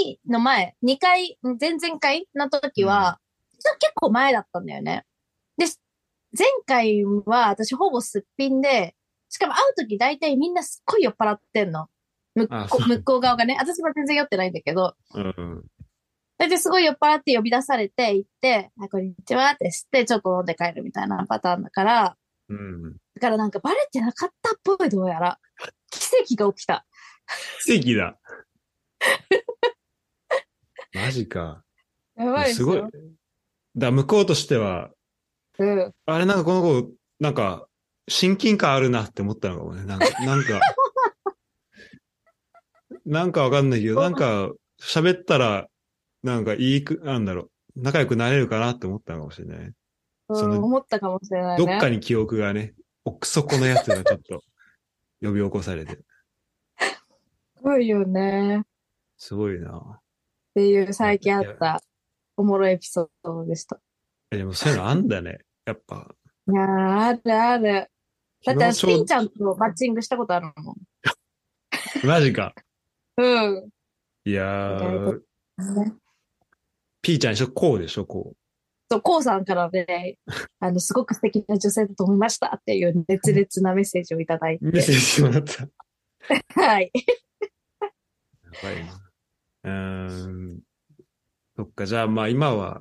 回の前、2回、ん前々回の時は、ちょ結構前だったんだよね。で、前回は私ほぼすっぴんで、しかも会う時大体みんなすっごい酔っ払ってんの。向あこそうう 向こう側がね、私は全然酔ってないんだけど、うん。大体すごい酔っ払って呼び出されて行って、あ、こんにちはってして、ちょっと飲んで帰るみたいなパターンだから、うん。だからなんかバレてなかったっぽい、どうやら。奇跡が起きた。奇跡 だ。マジか。やばいですすよごい。だから向こうとしては、うん。あれなんかこの子、なんか、親近感あるなって思ったのかもね。 なんか、なんか、なんかわかんないけど、なんか、喋ったら、なんかいいく、なんだろう、仲良くなれるかなって思ったのかもしれない。うそん、の思ったかもしれないどね。っかに記憶がね、奥底のやつがちょっと、呼び起こされて。すごいよね。っすごいな。ていう最近あったおもろいエピソードでした。え、でもそういうのあんだね。やっぱ。いやー、あるある。だって私、昨日ちょうピンちゃんとマッチングしたことあるもん。マジか。うん。いや意外ー、ピーちゃんでしょこうでしょこ。そう、コウさんからね、あの、すごく素敵な女性だと思いましたっていう熱烈なメッセージをいただいうメッセーて。ジしてもらった。やはい。ばいな。うーん。そっか、じゃあまあ今は、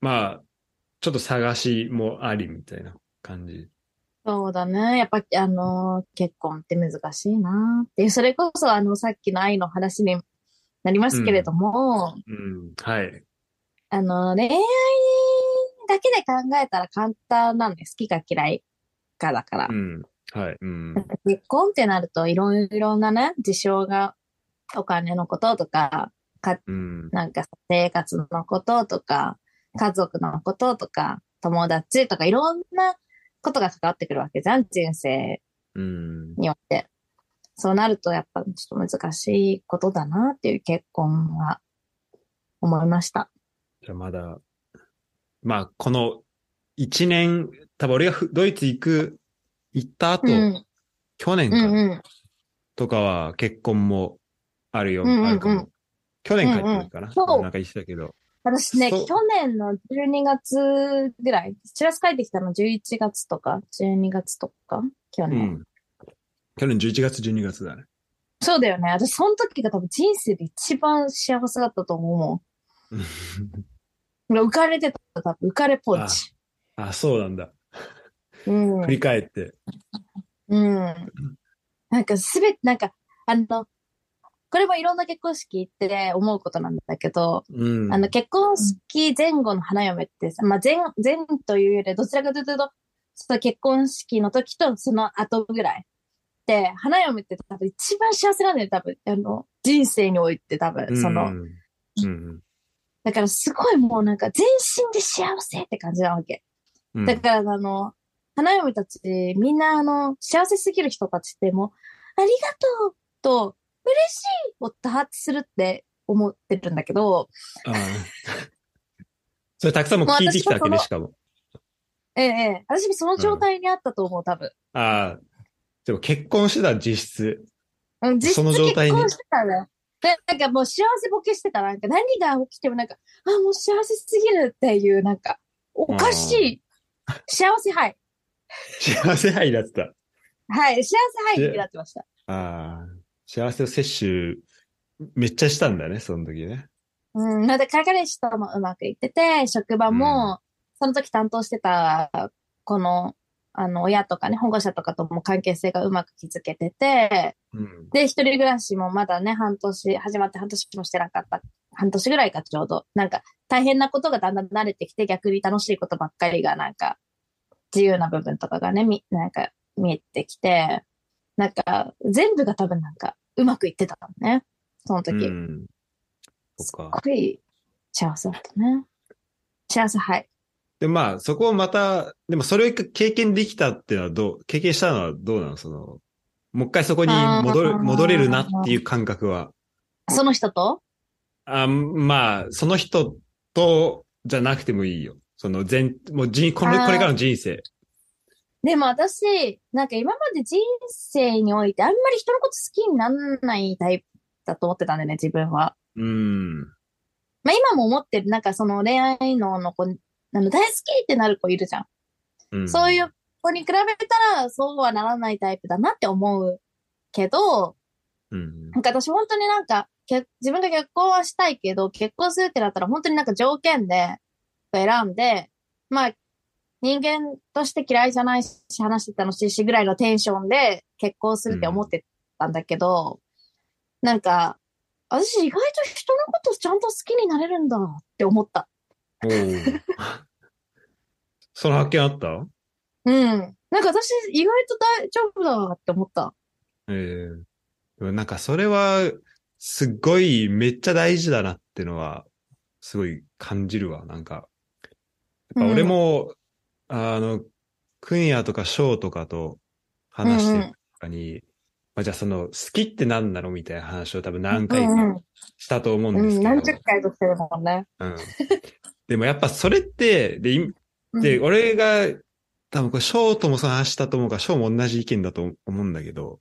まあ、ちょっと探しもありみたいな感じ。そうだね。やっぱ、あのー結婚って難しいなっていう、それこそ、あの、さっきの愛の話になりますけれども、うん。はい。あの、恋愛だけで考えたら簡単なんで、好きか嫌いかだからう。ん。はい。うん。結婚ってなると、いろいろなね、事象が、お金のこととか、うん。なんか生活のこととか、家族のこととか、友達とか、いろんなことが関わってくるわけじゃん、人生うん。によって。そうなると、やっぱちょっと難しいことだなっていう結婚は思いました。じゃあまだ、まあこの一年、多分俺がふドイツ行く、行った後、うん。去年うかな、んうん。とかは結婚もあるよ、うんうんうんあるかも。去年帰ってくるかな、うんうんそうなんか言ってたけど。私ね、そう去年の12月ぐらい、チラス帰ってきたの11月とか、12月とか、去う年。ん。去年11月、12月だね。そうだよね。私、その時が多分人生で一番幸せだったと思うもん。浮かれてた、多分浮かれポンチ。ああ、そうなんだ。うん振り返って。うん。なんかすべて、なんか、あの、これもいろんな結婚式行って思うことなんだけど、うん。あの、結婚式前後の花嫁ってさ、まあ、前、前というより、どちらかというと、その結婚式の時とその後ぐらい。で、花嫁って多分一番幸せなんだよ、多分。あの、人生において多分、その、うん。うんだからすごいもうなんか全身で幸せって感じなわけ。うん。だから、あの、花嫁たち、みんな、あの、幸せすぎる人たちって、もう、ありがとうと、嬉しいを多発するって思ってるんだけど、あーそれたくさんも聞いてきたわけもうで、私はそのしかも。ええ、ええ、私もその状態にあったと思う、多分。ああ。でも結婚してた実質。うん、実質その状結態に婚してたね。で、なんかもう幸せぼけしてた。なんか何が起きてもなんか、あ、もう幸せすぎるっていう、なんか、おかしい。幸せはい。幸せ愛だった。はい、幸せはいになってました。ああ。幸せを摂取、めっちゃしたんだね、その時ね。うん、なんで彼氏ともうまくいってて、職場も、その時担当してた、この、あの、親とかね、保護者とかとも関係性がうまく築けてて、うん。で、一人暮らしもまだね、半年、始まって半年もしてなかった。半年ぐらいか、ちょうど。なんか、大変なことがだんだん慣れてきて、逆に楽しいことばっかりが、なんか、自由な部分とかがね、み、なんか、見えてきて、なんか、全部が多分なんか、うまくいってたのね。その時。うん。そっか。すっごい幸せだったね。幸せ、はい。で、まあ、そこをまた、でもそれを経験できたっていうのはどう、経験したのはどうなのその、もう一回そこに戻ある、ー戻れるなっていう感覚は。その人とあまあ、その人とじゃなくてもいいよ。その全、もう人、これあーこれからの人生。でも私、なんか今まで人生においてあんまり人のこと好きになんないタイプだと思ってたんだよね、自分は。うん。まあ今も思ってる、なんかその恋愛のの子、あの大好きってなる子いるじゃん。んそういう。子に比べたらそうはならないタイプだなって思うけど、うん。なんか私本当になんか、け自分が結婚はしたいけど、結婚するってなったら本当になんか条件で選んで、まあ、人間として嫌いじゃないし、話して楽しいしぐらいのテンションで結婚するって思ってたんだけど、なんか、私意外と人のことちゃんと好きになれるんだって思った。おー その発見あったうん。なんか私意外と大丈夫だって思った。ええでもなんかそれは、すっごい、めっちゃ大事だなってのは、すごい感じるわ。なんか、やっぱ俺も、あの、くんやとかしょうとかと話してる中に、まあ、じゃあその、好きって何なのみたいな話を多分何回うんかうんしたと思うんうですん、けど。何十回としてるもんね。うんでもやっぱそれって、で、いうんで、俺が、多分これ、翔ともその話したと思うから、翔も同じ意見だと思うんだけど、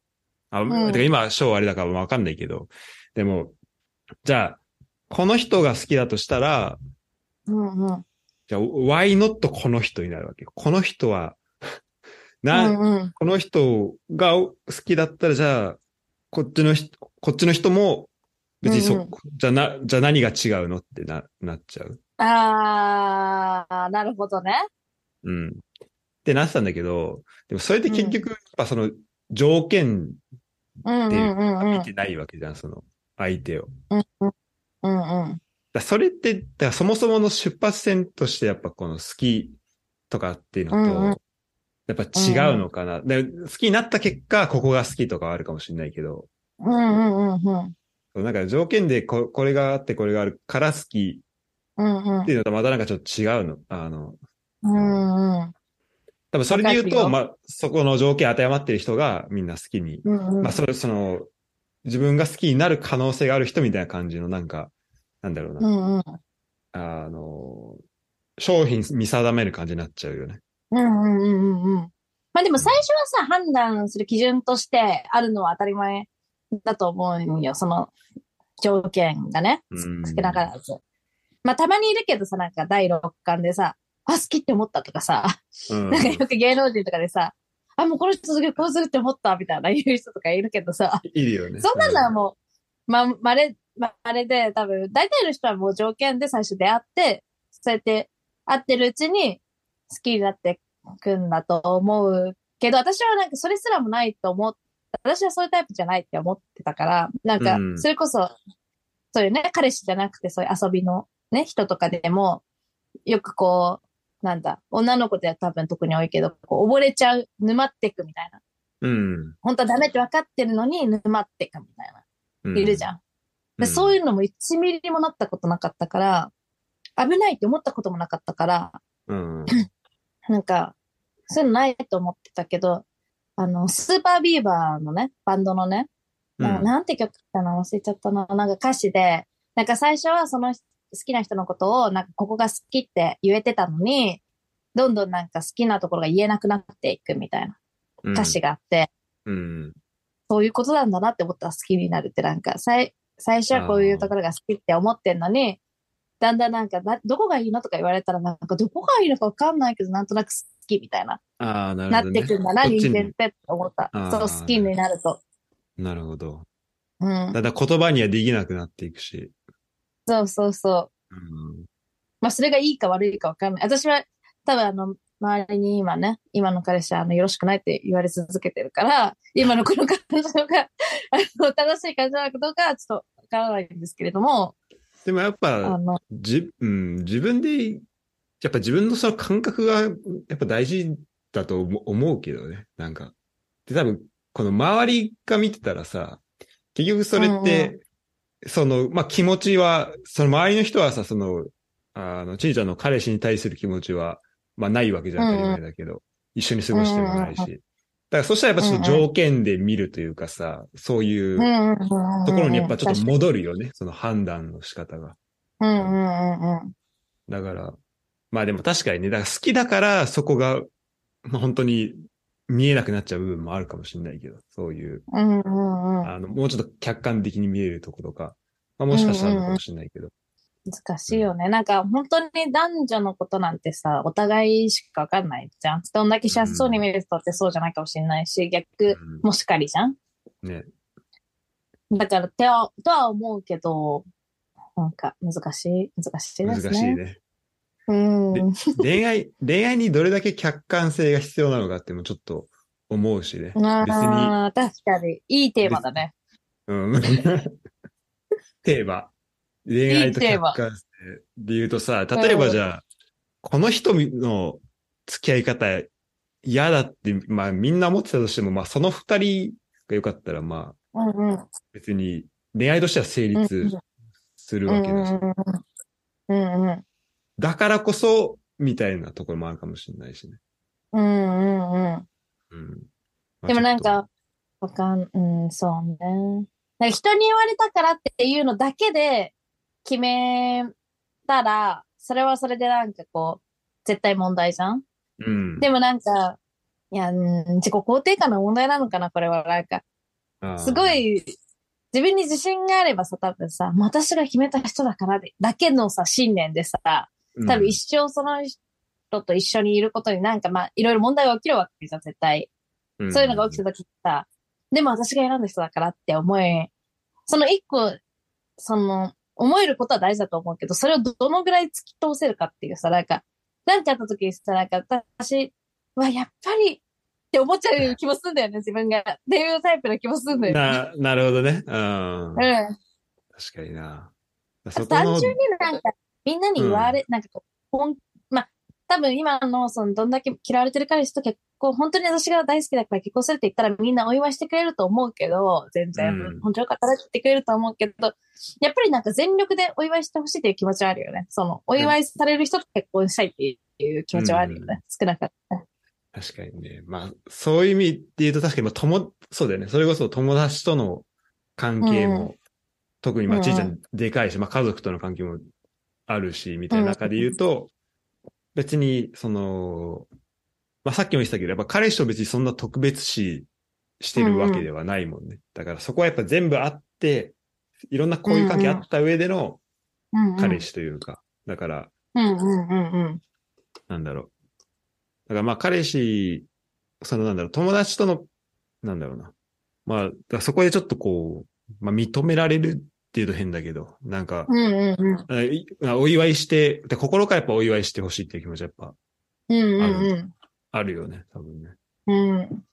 あ、んてか今、翔あれだからわかんないけど、でも、じゃあ、この人が好きだとしたら、うんうん。じゃあ、why not この人になるわけよ。この人は、な、うんうん。この人が好きだったら、じゃあ、こっちの人、こっちの人も、別にそ、うんうんじゃあな、じゃあ何が違うのってな、なっちゃう。あー、なるほどね。うん。ってなってたんだけど、でもそれって結局、やっぱその条件うんうんうんう見ん。てないわけじゃん、その相手を。うんうん。だからそれって、だからそもそもの出発点としてやっぱこの好きとかっていうのと、うんうんやっぱ違うのかな。で好きになった結果、ここが好きとかはあるかもしれないけど、うんうんうんうん。なんか条件でここれがあってこれがあるから好きうんうんって。いうのとまたなんかちょっと違うの。あの、うんうん。多分それで言うわかと、るまあ、そこの条件当てはまってる人がみんな好きにうんうんまあ、それ、その、自分が好きになる可能性がある人みたいな感じの、なんか、なんだろううな、んうん。あの、商品見定める感じになっちゃうよね。うんうんうんうんうん。まあでも最初はさ、判断する基準としてあるのは当たり前だと思うんよ。その条件がね。うん少なからず。まあたまにいるけどさ、なんか第六感でさ、あ、好きって思ったとかさ、うん。 なんかよく芸能人とかでさ、あ、もうこの人と結婚するって思ったみたいな言う人とかいるけどさ、いるよね。そんなのはもう、ま、まれ、まれで、多分、大体の人はもう条件で最初出会って、そうやって会ってるうちに、きになってくんだと思うけど、私はなんかそれすらもないと思っ私はそういうタイプじゃないって思ってたから、なんかう、んそれこそ、そういうね、彼氏じゃなくてそういう遊びのね、人とかでも、よくこう、なんだ、女の子では多分特に多いけど、こう溺れちゃう、沼ってくみたいな。うん。本当はダメって分かってるのに沼ってくみたいうんな。いるじゃん。でそういうのも1ミリもなったことなかったから、危ないって思ったこともなかったから、うん。なんか、そういうのないと思ってたけど、あの、スーパービーバーのね、バンドのね、なうんなんて曲だったの忘れちゃったな。なんか歌詞で、なんか最初はその人好きな人のことを、なんかここが好きって言えてたのに、どんどんなんか好きなところが言えなくなっていくみたいな歌詞があって、うん。そういうことなんだなって思ったら好きになるってなんか、最、最初はこういうところが好きって思ってんのに、だんだんなんかな、どこがいいのとか言われたら、なんかどこがいいのかわかんないけど、なんとなく好きみたいな、ああ、なるなほど、っね。てくんだな、こっちに人間ってって思ったあ。そーう、好きになると。なるほど。うん。ただ言葉にはできなくなっていくし。そうそうそう。うん。まあ、それがいいか悪いかわかんない。私は、多分あの、周りに今ね、今の彼氏はあの、よろしくないって言われ続けてるから、今のこの彼女が、あの、正しい感じなのかどうかはちょっとわからないんですけれども、でもやっあぱ、の、じ、うん、自分で、やっぱ自分のその感覚が、やっぱ大事だと思思うけどね。なんか。で、多分、この周りが見てたらさ、結局それって、その、まあ、気持ちは、その周りの人はさ、その、あの、ちんちゃんの彼氏に対する気持ちは、まあ、ないわけじゃんうん当うんたり前だけど、一緒に過ごしてもないし。うんだうから、そしたらやっぱちょっとうんうん条件で見るというかさ、そういううんうんうんうんうんところにやっぱちょっと戻るよね、その判断の仕方が。うんうんうんうん。だから、まあでも確かにね、だから好きだからそこが、まあ本当に見えなくなっちゃう部分もあるかもしれないけど、そういう、うんうんうん。あの、もうちょっと客観的に見えるところか、まあもしかしたらあるのかもしれないけど。難しいよね。なんか本当に男女のことなんてさ、お互いしかわかんないじゃん。どんだけ幸せそうに見る人ってそうじゃないかもしれないし、逆うんもしかりじゃん。ね。だから、ては、とは思うけど、なんか難しい、難しいで難すね。しいね。うん。で恋愛、恋愛にどれだけ客観性が必要なのかっていうのもちょっと思うしね。別に、ああ、確かに。いいテーマだね。うん。 テーマ。恋愛と客観性で言うとさ、例えばじゃあ、この人の付き合い方嫌だって、まあみんな思ってたとしても、まあその二人がよかったら、まあうんうん。別に恋愛としては成立するうんわうけだし、んうん。うんうん。だからこそ、みたいなところもあるかもしれないしね。うんうんううん。ん。まあでもなんちょっか、わかん、うん、そうね。なんか人に言われたからっていうのだけで決めたら、それはそれでなんかこう、絶対問題じゃんと、うん。でもなんか、いや、うん自己肯定感の問題なのかな、これは。なんか、あーすご、い、自分に自信があればさ、多分さ、もう私が決めた人だからで、だけのさ、信念でさ、うん多分一生その人と一緒にいることになんか、まあ、いろいろ問題が起きるわけじゃん、絶対。そういうのが起きた時ってさ、でも私が選んだ人だからって思え、その一個、その、思えることは大事だと思うけど、それをどどのぐらい突き通せるかっていうさ、なんか、なんかあった時にさ、なんか私はやっぱりって思っちゃう気もするんだよね、自分が。っていうタイプの気もするんだよね。な、なるほどね。うん。うん。確かにな。そこ単の、純になんか、みんなに言われ、なんかこう、ほん、まあ、多分今の、その、どんだけ嫌われてる彼氏と結婚、本当に私が大好きだから結婚するって言ったらみんなお祝いしてくれると思うけど、全然、うん本当よかったらって言ってくれると思うけど、やっぱりなんか全力でお祝いしてほしいという気持ちはあるよね。その、お祝いされる人と結婚したいっていう気持ちはあるよね。少なかった。確かにね。まあ、そういう意味で言うと確かに、まあ、友、そうだよね。それこそ友達との関係も、特に、まうあ、んちいちゃんでかいし、まあ、家族との関係もあるし、みたいな中で言うと、別に、その、まあ、さっきも言ってたけど、やっぱ彼氏と別にそんな特別視してるわけではないもんね。だからそこはやっぱ全部あって、いろんなこういう関係あった上でのうん、うん。彼。氏というか、だから、うんうんうんうん。なんだろう。だからまあ彼氏、そのなんだろう、友達との、なんだろうな。まあ、だからそこでちょっとこう、まあ認められるっていうと変だけど、なんか、うんうんうん。あいあお祝いしてで、心からやっぱお祝いしてほしいっていう気持ちはやっぱうんうんあるよね、多分ね。うん。うん。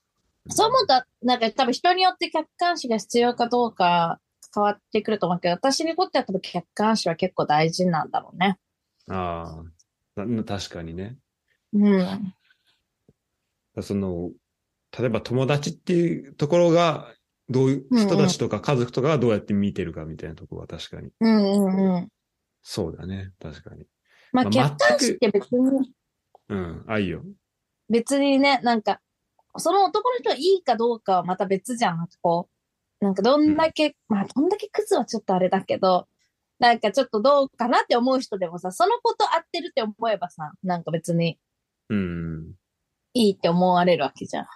そう思うと、なんか多分人によって客観視が必要かどうか変わってくると思うけど、私にとっては多分客観視は結構大事なんだろうね。ああ、な確かにね。うん。その、例えば友達っていうところが、どういう人たちとか家族とかがどうやって見てるかみたいなところは確かに。うんうんうん。そうだね。確かに。まあまあ客観視って別に、うん。あ、いいよ。別にね、なんか、その男の人がいいかどうかはまた別じゃん。なんかこう、なんかどんだけ、まあどんだけクズはちょっとあれだけど、なんかちょっとどうかなって思う人でもさ、そのこと合ってるって思えばさ、なんか別にうん。いいって思われるわけじゃん。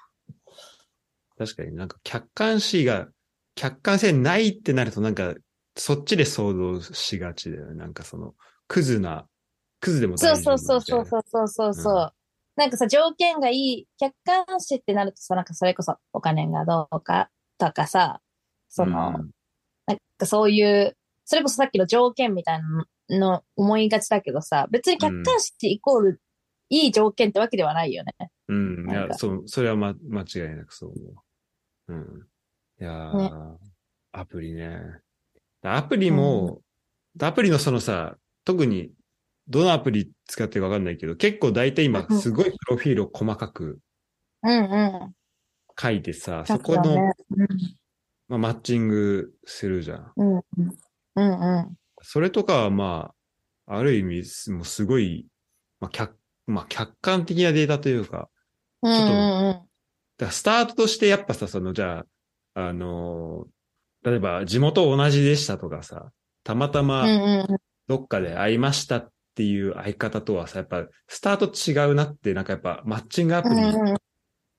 確かになんか客観視が、客観性ないってなるとなんか、そっちで想像しがちだよね。なんかその、クズな、クズでもそう大丈そ夫うそうそうそうそうそうそう。うんなんかさ、条件がいい、客観視ってなるとさ、なんかそれこそお金がどうかとかさ、その、うんなんかそういう、それこそさっきの条件みたいなの思いがちだけどさ、別に客観視イコールいい条件ってわけではないよね。うん。いなんや、かそう、それはま、間違いなくそう思う。うん。いやー、アプリね。アプリも、アプリのそのさ、特に、どのアプリ使ってるかわかんないけど、結構大体今う、んすごいプロフィールを細かくうんうん。書いてさ、そそこうだの、ねまあ、マッチングするじゃん。うんうん。うんうん。それとかはまあ、ある意味す、もうすごい、まあ、客、まあ、客観的なデータというか、うんとうんだからスタートとしてやっぱさ、その、じゃあ、あのー例えば地元同じでしたとかさ、たまたうん。うまんうん。どっかで会いましたっていう相方とはさ、やっぱスタート違うなって、なんかやっぱマッチングアプうリ、んうん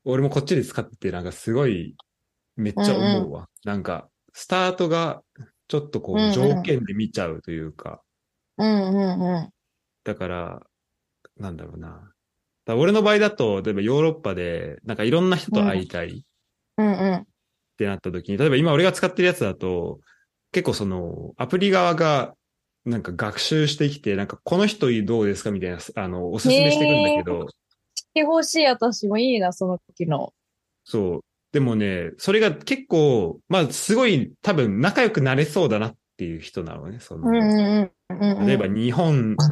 俺もこっちで使ってて、なんかすごい、めっちゃ思うわ。なんか、スタートがちょっとこうんうう、ん条件で見ちゃうというか、うんうんうん。だから、なんだろうな。だから俺の場合だと、例えばヨーロッパで、なんかいろんな人と会いたいっうんうん。てなった時に、例えば今俺が使ってるやつだと、結構その、アプリ側が、なんか学習してきて、なんかこの人どうですかみたいな、あの、おすすめしてくるんだけど、してほしい私もいいな、その機能。そう。でもね、それが結構、まあすごい多分仲良くなれそうだなっていう人なのね、その。うんうんうんうん。例えば日本好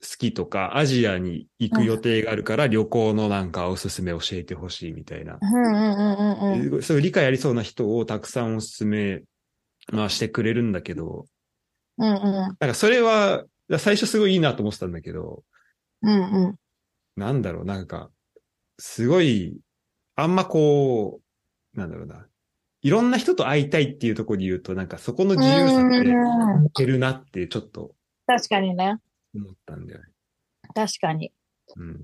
きとか、アジアに行く予定があるから旅行のなんかおすすめ教えてほしいみたいなう、んうんうんうんそういう理解ありそうな人をたくさんおすすめ、まあ、してくれるんだけど、うんうんなんかそれは、最初すごいいいなと思ってたんだけど、うんうんなんだろう、なんか、すごい、あんまこう、なんだろうな。いろんな人と会いたいっていうところで言うと、なんかそこの自由さってうん減るなってちょっと確かにね。思ったんだよね。確かに。うん。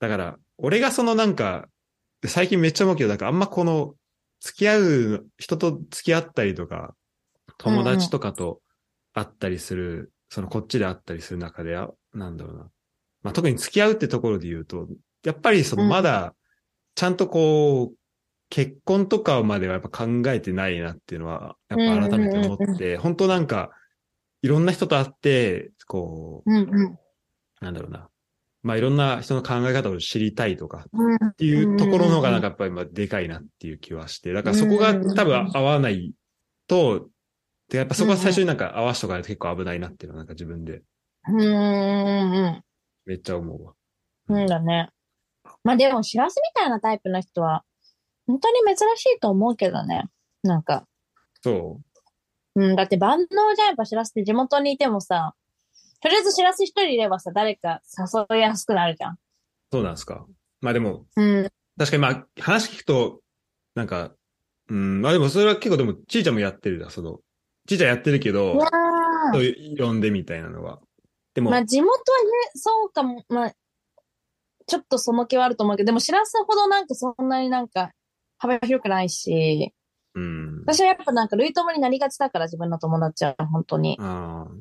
だから、俺がそのなんか、最近めっちゃ思うけど、なんかあんまこの、付き合う、人と付き合ったりとか、友達とかと会ったりする、そのこっちで会ったりする中で、あなんだろうな。まあ、特に付き合うってところで言うと、やっぱりそのうんまだ、ちゃんとこう、結婚とかまではやっぱ考えてないなっていうのは、やっぱ改めて思うんうんっうて、本当なんか、いろんな人と会って、こう、うんうん。なんだろうな。まあ、いろんな人の考え方を知りたいとかうんっていうところの方がなんかやっぱりまあでかいなっていう気はして、だからそこが多分合わないと、でやっぱそこは最初になんか合わしとかないと結構危ないなっていうのはなんか自分でうんうんめっちゃ思うわ。うん。うんだね。まあでも、しらすみたいなタイプの人は、本当に珍しいと思うけどね。なんか、そうん、だって万能じゃん、やっぱしらすって地元にいてもさ、とりあえずしらす一人いればさ、誰か誘いやすくなるじゃん。う。そうなんですか。まあでも、うん。確かにまあ話聞くと、なんか、うん、まあでもそれは結構でも、ちいちゃんもやってるな、その、ちいちゃんやってるけど、いやーそういう呼んでみたいなのは。でも、まあ地元はね、そうかも、まあ、ちょっとその気はあると思うけど、でも知らすほどなんかそんなになんか幅広くないし、うん。私はやっぱなんか類友になりがちだから自分の友達は本当に。ああ、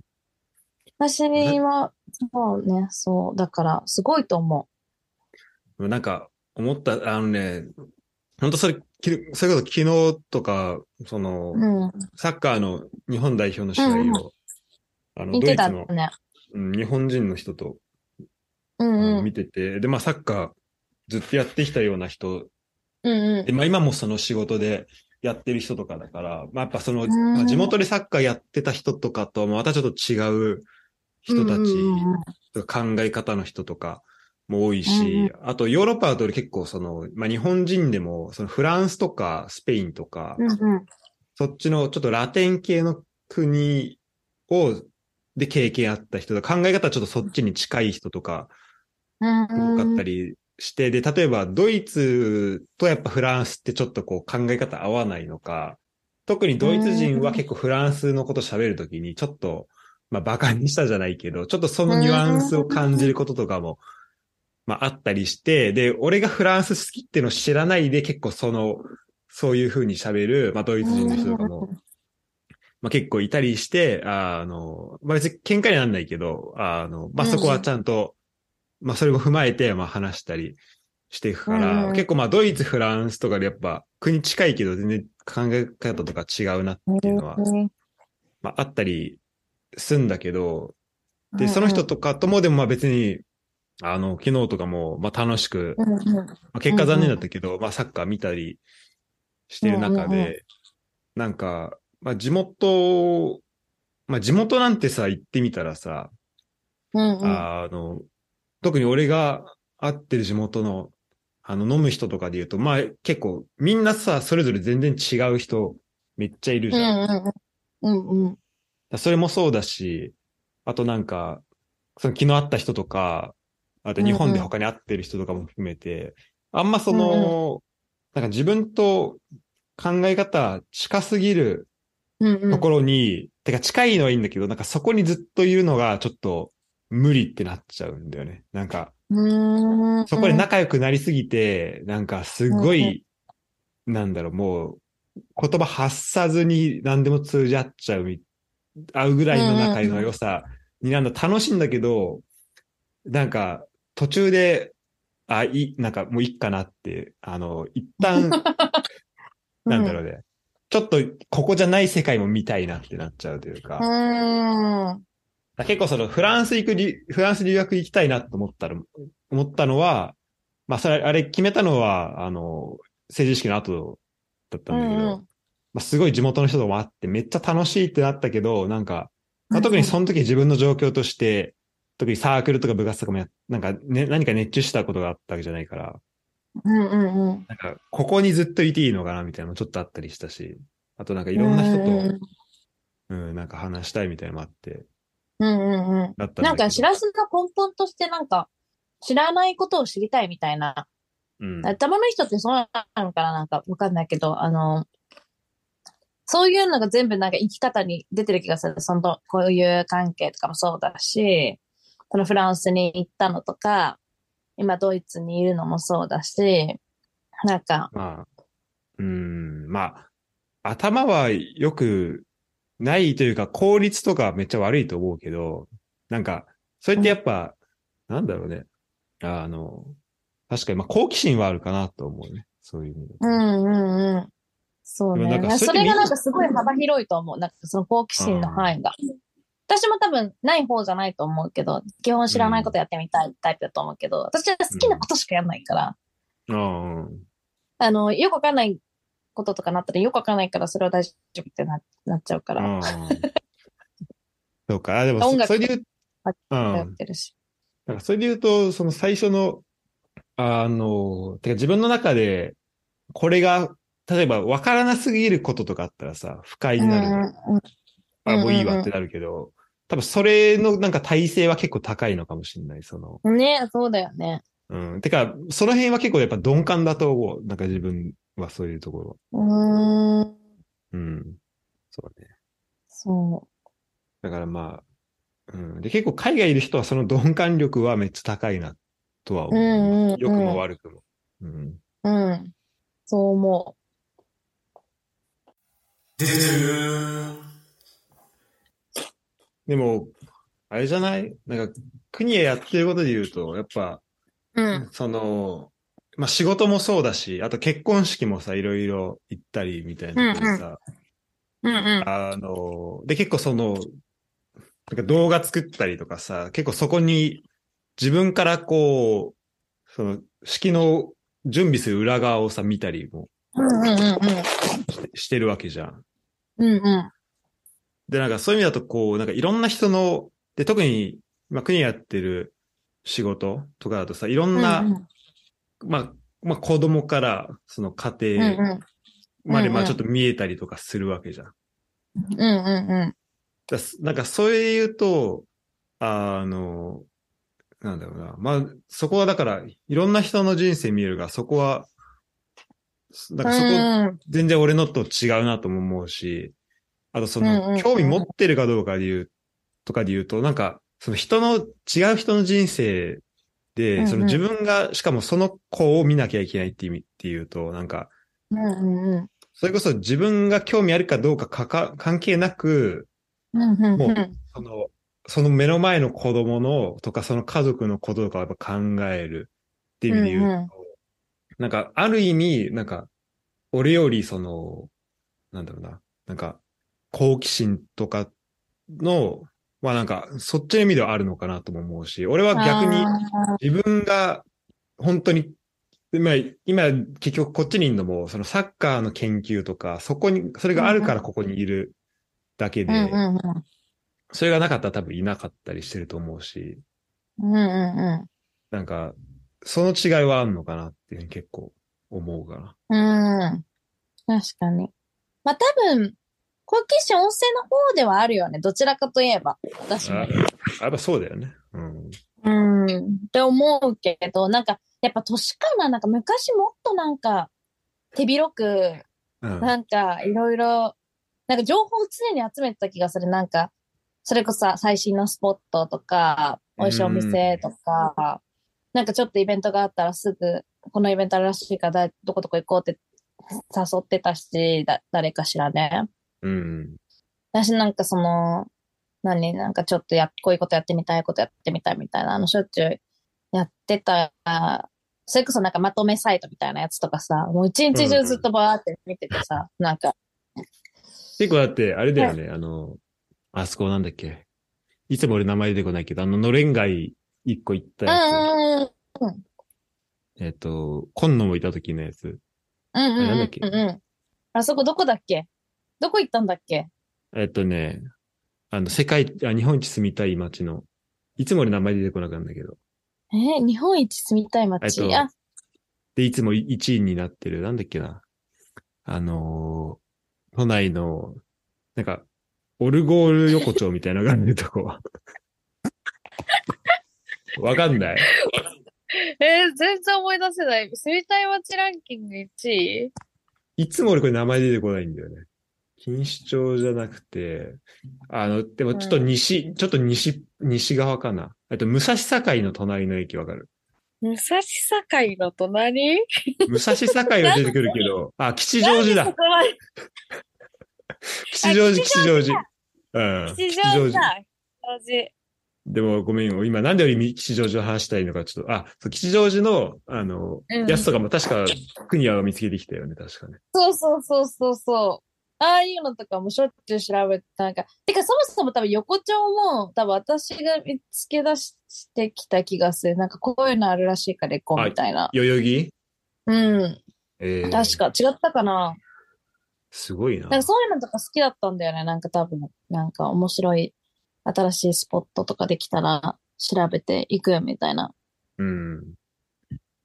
私は、そうね、そう、だからすごいと思なんか、思った、あのね、本当それ、きそれこそ昨日とか、そのう。、うサッカーの日本代表の試合を、あの、ん。言っドてイたツねの。うん日本人の人とうんあうのん見てて、で、まあサッカーずっとやってきたような人、うんで、まあ今もその仕事でやってる人とかだから、まあやっぱその、んまあ、地元でサッカーやってた人とかとはまたちょっと違う人たち、考え方の人とかも多いし、あとヨーロッパだと結構その、まあ日本人でも、そのフランスとかスペインとか、うんうんそっちのちょっとラテン系の国を、で経験あった人と考え方はちょっとそっちに近い人とかうん多かったりして、で、例えばドイツとやっぱフランスってちょっとこう考え方合わないのか、特にドイツ人は結構フランスのこと喋るときにちょっと、まあ馬鹿にしたじゃないけど、ちょっとそのニュアンスを感じることとかも、まああったりして、で、俺がフランス好きっての知らないで結構その、そういう風に喋る、まあドイツ人の人とかも、まあ結構いたりして、あの、まあ別に喧嘩にはなんないけど、あの、まあそこはちゃんと、まあそれも踏まえて、まあ話したりしていくかうんうら、ん結構まあドイツ、フランスとかでやっぱ国近いけど全然考え方とか違うなっていうのは、まああったりすんだけど、で、その人とかともでもまあ別に、あの、昨日とかも、まあ楽しく、うんうんまあ、結果残念だったけど、まあサッカー見たりしてる中で、うんうんうなんか、まあ地元、まあ地元なんてさ、行ってみたらさ、うんうんあの、特に俺が会ってる地元の、あの、飲む人とかで言うと、まあ結構みんなさ、それぞれ全然違う人めっちゃいるじゃん。だかうんうんうんらそれもそうだし、あとなんか、その昨日会った人とか、あと日本で他に会ってる人とかも含めて、あんまその、なんか自分と考え方近すぎるうんうんところに、てか近いのはいいんだけど、なんかそこにずっといるのがちょっと無理ってなっちゃうんだよね。なんか、うんそこで仲良くなりすぎて、なんかすごい、なんだろう、もう、言葉発さずに何でも通じ合っちゃうみ、合うぐらいの仲の良さになんだ、楽しいんだけど、なんか、途中で、あ、いい、なんかもういいかなって、あの、一 旦、なんだろうね、ちょっとここじゃない世界も見たいなってなっちゃうというか、うんだから結構そのフランス行くり、フランス留学行きたいなと思ったら、思ったのは、まあそれ、あれ決めたのは、あの、成人式の後だったんだけど、うんうんまあすごい地元の人とも会ってめっちゃ楽しいってなったけど、なんか、まあ、特にその時自分の状況として、特にサークルとか部活とかもや、なんか、ね、何か熱中したことがあったわけじゃないから、うんうんうんなんか、ここにずっといていいのかなみたいなのもちょっとあったりしたし、あとなんかいろんな人うんと、うん、なんか話したいみたいなのもあって、うんうんうんだったなんか知知ららずの根本としてなんか知らないことを知りたいみたいなうん。頭の人ってそうなのかななんかわかんないけど、あの、そういうのが全部なんか生き方に出てる気がする。その、こういう関係とかもそうだし、そのフランスに行ったのとか、今ドイツにいるのもそうだし、なんか、まあ、うーん、まあ、頭は良くないというか、効率とかめっちゃ悪いと思うけど、なんか、それってやっぱ、なんだろうね。あの、確かに、まあ、好奇心はあるかなと思うね。そういう意味で。うんうんうん。そうでね。もなんかそそうやってれみんながなんかすごい幅広いと思う。なんかその好奇心の範囲が。私も多分ない方じゃないと思うけど、基本知らないことやってみたいタイプだと思うけど、私は好きなことしかやんないから、うん。うんあの、よくわかんないこととかなったらよくわかんないからそれは大丈夫ってななっちゃうから、 うん。そうか。あでもそ、音楽それで言う、うやんっ。てるし。なんかそれで言うと、その最初の、あの、てか自分の中で、これが、例えば分からなすぎることとかあったらさ、不快うにんなるの。うんあ、もういいわってなるけど、多分それのなんか体制は結構高いのかもしれない、その。うんね、そうだよね。うん。てか、その辺は結構やっぱ鈍感だと思う。なんか自分はそういうところ。うーん、うん。そうだね。そだからまあ、うん。で、結構海外いる人はその鈍感力はめっちゃ高いな、とは思う。うんうんうん良くも悪くも。うん。う。うん。そう思う。でも、あれじゃないなんか、国へやってることで言うと、やっぱ、うん。その、まあ、仕事もそうだし、あと結婚式もさ、いろいろ行ったりみたいなことでさ、うんうん。あの、で、結構その、なんか動画作ったりとかさ、結構そこに自分からこう、その、式の準備する裏側をさ、見たりもうんうんうんしてしてるわけじゃん。うん。うんうん。で、なんかそういう意味だと、こう、なんかいろんな人の、で、特に、まあ、国やってる仕事とかだとさ、いろんな、うんうんまあ、まあ、子供から、その家うん庭うまで、うんうんまあ、ちょっと見えたりとかするわけじゃん。ん。うんうんうん。だすなんか、それで言うと、あの、なんだろうな。まあ、そこはだから、いろんな人の人生見えるが、そこは、なんかそこ、うん全然俺のと違うなとも思うし、あとそうんうんうの、ん興味持ってるかどうかで言う、とかで言うと、なんか、その人の、違う人の人生うんうで、んその自分が、しかもその子を見なきゃいけないって意味っていうと、なんか、うんうんうんそれこそ自分が興味あるかどうかかか関係なく、うんうんもううんその、その目の前の子供の、とかその家族のこととかをやっぱ考えるっていう意味で言うと、うんうんなんか、ある意味、なんか、俺よりその、なんだろうな、なんか、好奇心とかの、まあなんか、そっちの意味ではあるのかなとも思うし、俺は逆に自分が本当に、今、今結局こっちにいるのも、そのサッカーの研究とか、そこに、それがあるからここにいるだけで、うんうんうんそれがなかったら多分いなかったりしてると思うし、うんうんなんか、その違いはあるのかなっていうふうに結構思うかな。うん。うん。確かに。まあ多分、好奇心旺盛の方ではあるよね。どちらかといえば。私もあ。やっぱそうだよね。うん。うん。って思うけど、なんか、やっぱ年かななんか昔もっとなんか、手広くうん。なんか、いろいろ、なんか情報を常に集めてた気がする。なんか、それこそ最新のスポットとか、美味しいお店とか、なんかちょっとイベントがあったらすぐ、このイベントあるらしいから、だどこどこ行こうって誘ってたし、だ誰かしらね。うん。私なんかその、何、なんかちょっとや、こういうことやってみたい、ことやってみたいみたいな、あの、しょっちゅうやってた、それこそなんかまとめサイトみたいなやつとかさ、もう一日中ずっとバーって見ててさ、なんか、結構だって、あれだよね、あの、あそこなんだっけ。いつも俺名前出てこないけど、あの、のれん街一個行ったうやんうんつ。えっと、今野もいた時のやつ。うんうん。うんうんうんなんだっけうんうんあそこどこだっけどこ行ったんだっけえっとね、あの、世界、あ日本一住みたい街の、いつも俺名前出てこなかったんだけど。えー日本一住みたいえっ街。とあ、で、いつも1位になってる、なんだっけな。あのー都内の、なんか、オルゴール横丁みたいな感じのとこ。 わかんない。えー全然思い出せない。住みたい街ランキング1位いつも俺これ名前出てこないんだよね。錦糸町じゃなくて、あの、でもちょっと西、ちょっと西、西側かな。えっと、武蔵境の隣の駅わかる。武蔵境の隣武蔵境は出てくるけど、あ、吉祥寺なだんでそ。こまで吉祥あ寺、吉祥寺。うん。吉祥寺だ。吉でもごめんよ。今なんでより吉祥寺を話したいのかちょっと、あ、そう吉祥寺の、あの、うんやつとかも確か、国屋を見つけてきたよね、確かね。そうそうそうそうそう。ああいうのとかもしょっちゅう調べて、なんか、てかそもそも多分横丁も多分私が見つけ出してきた気がする。なんかこういうのあるらしいから行こうみたいな。代々木うん。えー、確か。か、違ったかな。すごいな。なんかそういうのとか好きだったんだよね。なんか多分、なんか面白い新しいスポットとかできたら調べていくよみたいな。うん。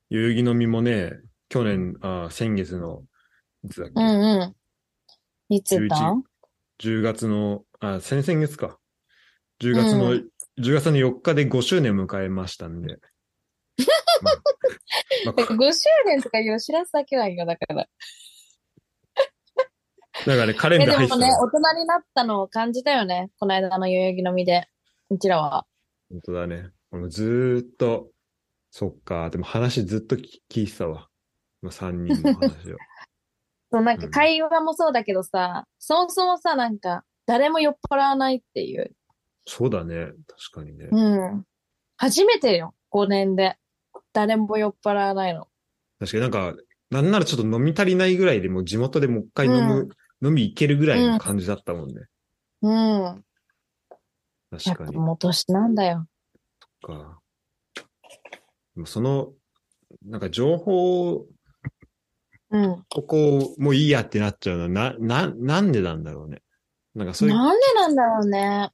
代々木の実もね、去年、あ先月の、いつだっけ、うんうん。いつ行ったん10月の、あ、先々月か。10月の、う10月の4日で5周年迎えましたん で。まあまあこ ?5 周年とかいう知らせだけなんよ、だから。だからね、カレンえ、ダー入でってもたねの、大人になったのを感じたよね。この間の代々木の実で。うちらは。本当だね。俺もずーっと、そっか、でも話ずっとき聞いてたわ。まあ、3人の 話を。そう、なんか会話もそうだけどさ、そもそもさ、なんか、誰も酔っ払わないっていう。そうだね。確かにね。うん。初めてよ、5年で。誰も酔っ払わないの。確かになんか、なんならちょっと飲み足りないぐらいでもう地元でもう一回飲む、飲み行けるぐらいの感じだったもんね。うん。やっ確ぱかに。もう年なんだよ。か。でもその、なんか情報、うん。ここもういいやってなっちゃうのは、な、な、なんでなんだろうね。なんかそういう、なんでなんだろうね。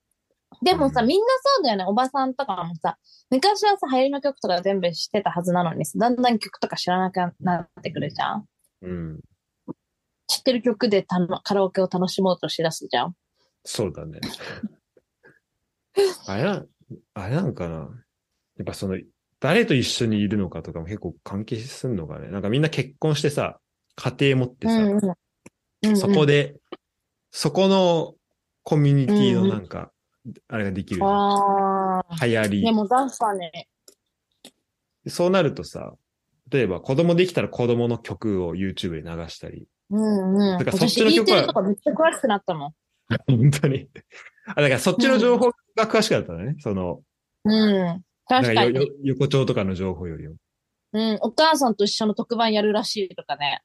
でもさ、うんみんなそうだよね。おばさんとかもさ、昔はさ、流行りの曲とか全部知ってたはずなのにさ、だんだん曲とか知らなくなってくるじゃん。うん。知ってる曲でたのカラオケを楽しもうとしだすじゃん。そうだ ね。あれな、あれなんかな。やっぱその、誰と一緒にいるのかとかも結構関係すんのかね。なんかみんな結婚してさ、家庭持ってさ、うんうんうんうんそこで、そこのコミュニティのなんか、あれができるじゃん。ああ。流行り。でも確かに。そうなるとさ、例えば子供できたら子供の曲を YouTube で流した り。うんうん。だからそっ私、ちの曲は E テレとかめっちゃ詳しくなったもん。本当に。あ、だからそっちの情報が詳しかったのね。その、うん。確なかんよに。よ横丁とかの情報よりも。うん。お母さんと一緒の特番やるらしいとかね。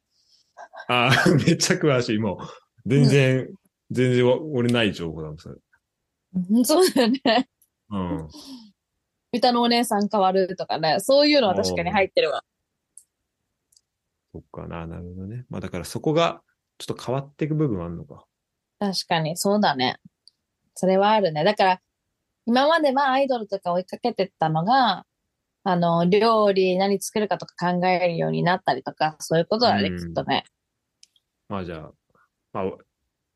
ああ、 めっちゃ詳しい。もう、全然、全然わ俺ない情報だもん、それ。うんそうだよね。うん。歌のお姉さん変わるとかね。そういうのは確かに入ってるわ。そっかな、なるほどね。まあだからそこが、ちょっと変わっていく部分あるのか。確かに、そうだね。それはあるね。だから、今まではアイドルとか追いかけてったのが、あの、料理何作るかとか考えるようになったりとか、そういうことだね、うんきっとね。まあじゃあ、まあ、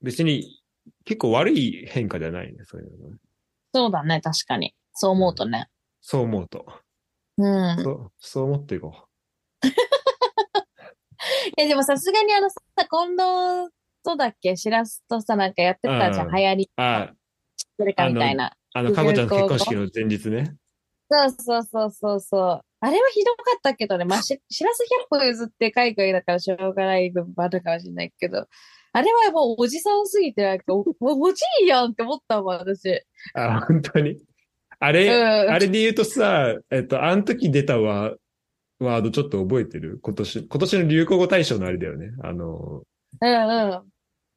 別に、結構悪い変化じゃないね、そういうのね。そうだね、確かに。そう思うとね。そう思うと。うん。いそう、そう思っていこや、でもさすがにあのさ、近藤とだっけ、知らすとさ、なんかやってたじゃん。うん流行りう。あしてるかみたいな。あ、あの、かこちゃんの結婚式の前日ね。そうそうそうそうそう。あれはひどかったけどね、まあ、し、しらす100歩譲って海外だからしょうがない部分もあるかもしれないけど、あれはもうおじさんすぎて、なんか、お、おおじいやんって思ったもん、私。あ、本当に。あうん。れ、ああれで言うとさ、えっと、あの時出たワワードちょっと覚えてる今年、今年の流行語大賞のあれだよね。あの、うんうん。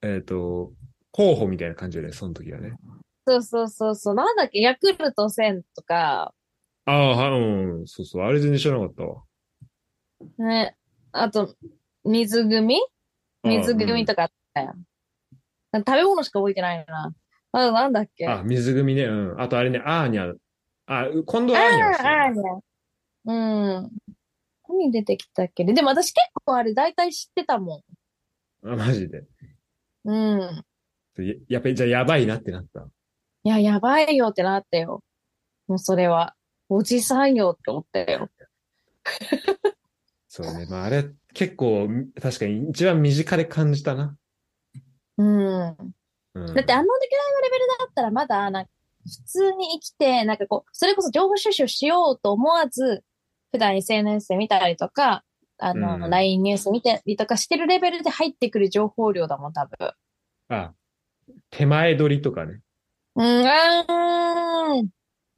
えっと、候補みたいな感じだよね、その時はね。そうそうそうそう。なんだっけ、ヤクルト1000とか、ああ、はうん、そうそう、あれ全然知らなかったわ。ね。あと、水組水組とかあったやん。食べ物しか覚えてないよな。あ、なんだっけ。あ、うんあ水組ね、うん。あとあれね、アーニャ。あ、今度あはアーニャをしてるあ、あーうん。何出てきたっけねでも私結構あれ大体知ってたもあ、マジで。ん。うん。ややっぱり、じゃあやばいなってなった。いや、やばいよってなったよ。もうそれは。おじさんよって思ったよ。そうね。まあ、あれ、結構、確かに一番身近で感じたな。うん。うん、だってあの時代のレベルだったらまだ、なんか普通に生きて、なんかこう、それこそ情報収集しようと思わず、普段 SNS で見たりとか、あの、うん LINE ニュース見たりとかしてるレベルで入ってくる情報量だもん、多分。あ、手前取りとかね。うん、あーん。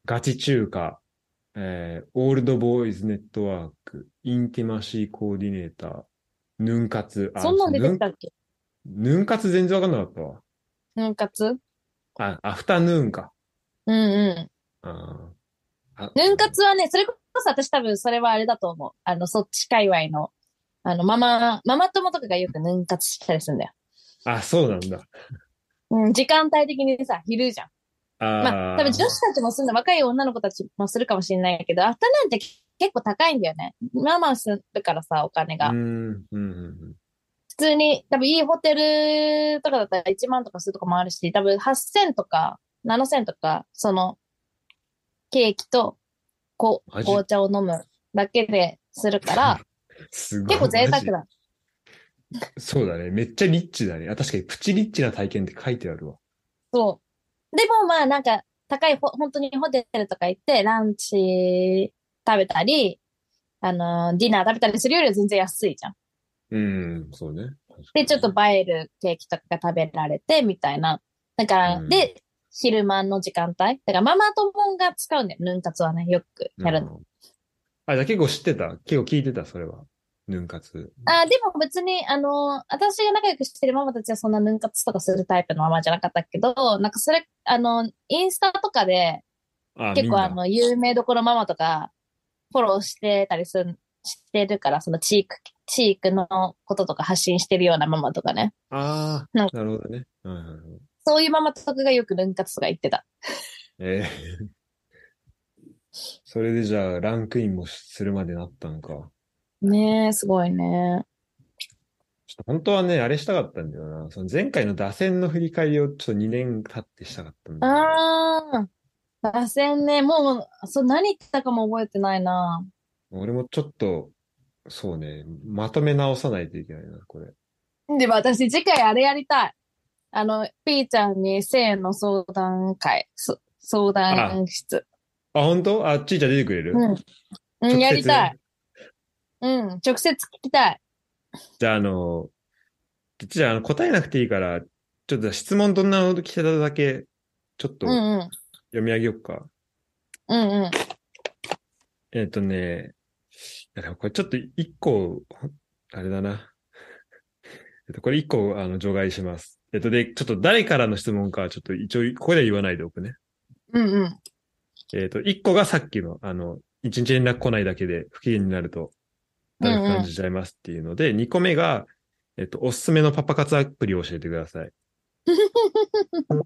ガチ中華、えー、オールドボーイズネットワーク、インティマシーコーディネーター、ヌンカツ。あそんなん出てきたっけヌンヌンカツ全然わかんなかったわ。うんかつあ、アフタヌーンか。うんうん。あーあヌン活はね、それこそ私多分それはあれだと思う。あの、そっち界隈の、あの、ママ、ママ友とかがよくヌン活したりするんだよ。あ、そうなんだ。うん、時間帯的にさ、昼じゃん。あー、まあ、多分女子たちもするんだ、若い女の子たちもするかもしれないけど、アフタヌーンって結構高いんだよね。ママするからさ、お金が。う普ん、うん、うん。通に、多分いいホテルとかだったら1万とかするとこもあるし、多分8000とか7000とか、その、ケーキと、こマジ紅茶を飲むだけでするから、すごい。結構贅マ沢ジだ。そうだね。めっちゃリッチだね。あ、確かにプチリッチな体験って書いてあるわ。そう。でもまあなんか高いほ、本当にホテルとか行ってランチ食べたり、あのーディナー食べたりするよりは全然安いじゃん。うん、そうね。で、ちょっと映えるケーキとかが食べられてみたいな。だから、うんで、昼間の時間帯。だからママ友が使うんだよ。ヌン活はね、よくやるの。うんあ、じゃあ結構知ってた結構聞いてた、それは。ヌンカツ。あーでも別に、あのー私が仲良くしてるママたちはそんなヌン活とかするタイプのママじゃなかったけど、なんかそれ、あの、インスタとかで、あ結構あみんなの、有名どころママとか、フォローしてたりする、してるから、その地域、地域のこととか発信してるようなママとかね。あなんあ、なるほどね。はいはいはいそういうママとかがよく分割とか言ってた。ええ それでじゃあ、ランクインもするまでなったのか。ねえ、すごいね。ちょっと本当はね、あれしたかったんだよな。その前回の打線の振り返りをちょっと2年経ってしたかったんだよなああ、打線ね、もう、そう、何言ったかも覚えてないな。俺もちょっと、そうね、まとめ直さないといけないな、これ。でも私、次回あれやりたい。あの、ピーちゃんに性の相談会、そ相談室。あ、本当あ、ちーちゃん出てくれる、うん。うん、直接やりたい。うん、直接聞きたい。じゃあ、あの、ちーちゃんあの答えなくていいから、ちょっと質問どんなの来てただけ、ちょっうとん読うん。み上げようか。うんうん。えっ、とね、いやでもこれちょっと一個、ほんあれだな。 えっと、これ一個、あの、除外します。えっと、で、ちょっと誰からの質問かは、ちょっと一応、ここでは言わないでおくね。うんうん。えっと、一個がさっきの、あの、一日連絡来ないだけで不機嫌になると、だるく感じちゃいますっていうので、二、個目が、えっと、おすすめのパパ活アプリを教えてください。ま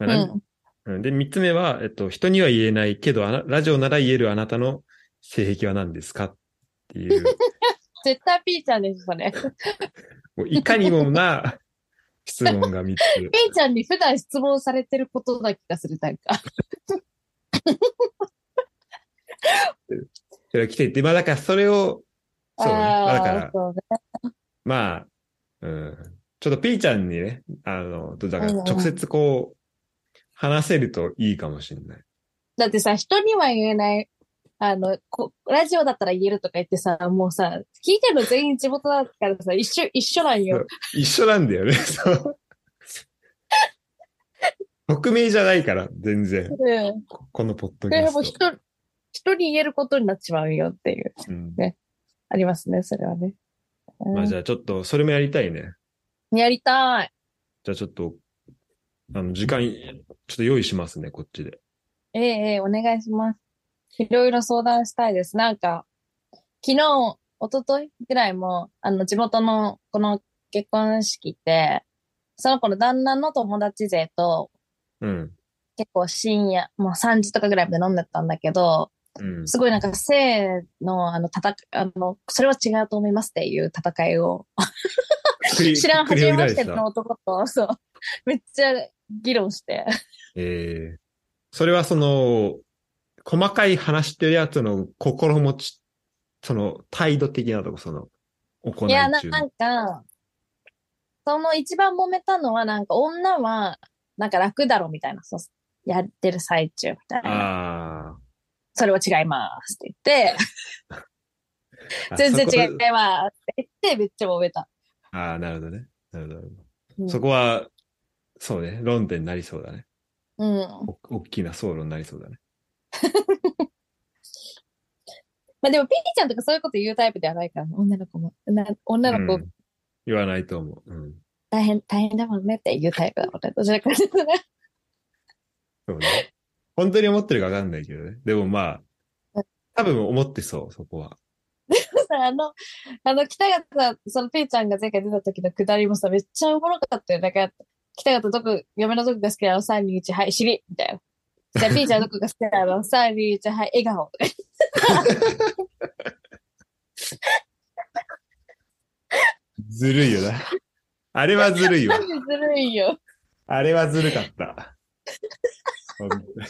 あなんうんうんで、三つ目は、えっと、人には言えないけど、あなラジオなら言えるあなたの性癖は何ですかって いう。絶対ピーちゃんでしょ、それ。ピもういかにもな質問が3つ。ーちゃんに普段質問されてることな気がする、なんか。それが来ていて、まあだからそれを、そうね。まあだかあーら、そうねまあ、うん。ちょっと P ちゃんにね、あの、だからうんうん直接こう、話せるといいかもしれない。だってさ、人には言えない、あの、こラジオだったら言えるとか言ってさ、もうさ、聞いてるの全員地元だからさ、一緒、一緒なんよ。一緒なんだよね、 そう。匿名じゃないから、全然。うん。ここのポッドキでャもスト。人、人に言えることになっちまうよっていう、うんありますね、それはね。うんまあじゃあちょっと、それもやりたいね。やりたい。じゃあちょっと、あの、時間、ちょっと用意しますね、こっちで。ええええお願いします。いろいろ相談したいです。なんか、昨日、一昨日ぐらいも、あの、地元のこの結婚式って、その子の旦那の友達勢と、うん。結構深夜、もう3時とかぐらいまで飲んでたんだけど、うん。すごいなんか性の、あの、戦、あの、それは違うと思いますっていう戦いを、知らん、初めましての男と、そう、 めっちゃ議論して。ええそれはその、細かい話してるやつの心持ち、その態度的なとこ、その、行い中いや、ななんか、その一番揉めたのは、なんか女は、なんか楽だろみたいな、そう、やってる最中みたいな。あそれは違いますって言って、あ。全然違う。いますって言って、めっちゃ揉めた。ああ、なるほどね。なるほどなるほうど。んそこは、そうね、論点になりそうだね。うん。お大きな騒動になりそうだね。まあでも、ピーちゃんとかそういうこと言うタイプではないから、女の子も。な女のう子ん、言わないと思う。うん。大変、大変だもんねって言うタイプだもんね。どちらかというとね。 そうね。本当に思ってるかわかんないけどね。でもまうあ、多分思ってそう、そこは。あの、あの、北方さん、そのピーちゃんが前回出た時のくだりもさ、めっちゃおもろかったよ。なんか、北方どこ、嫁のどこが好きなの ?321、はい、尻みたいな。 じゃあ、ピーちゃんどこが好きなの ?321、はい、笑顔とか言ってずるいよな。あれはずるいわ。ずるいよ。あれはずるかった。本当にずる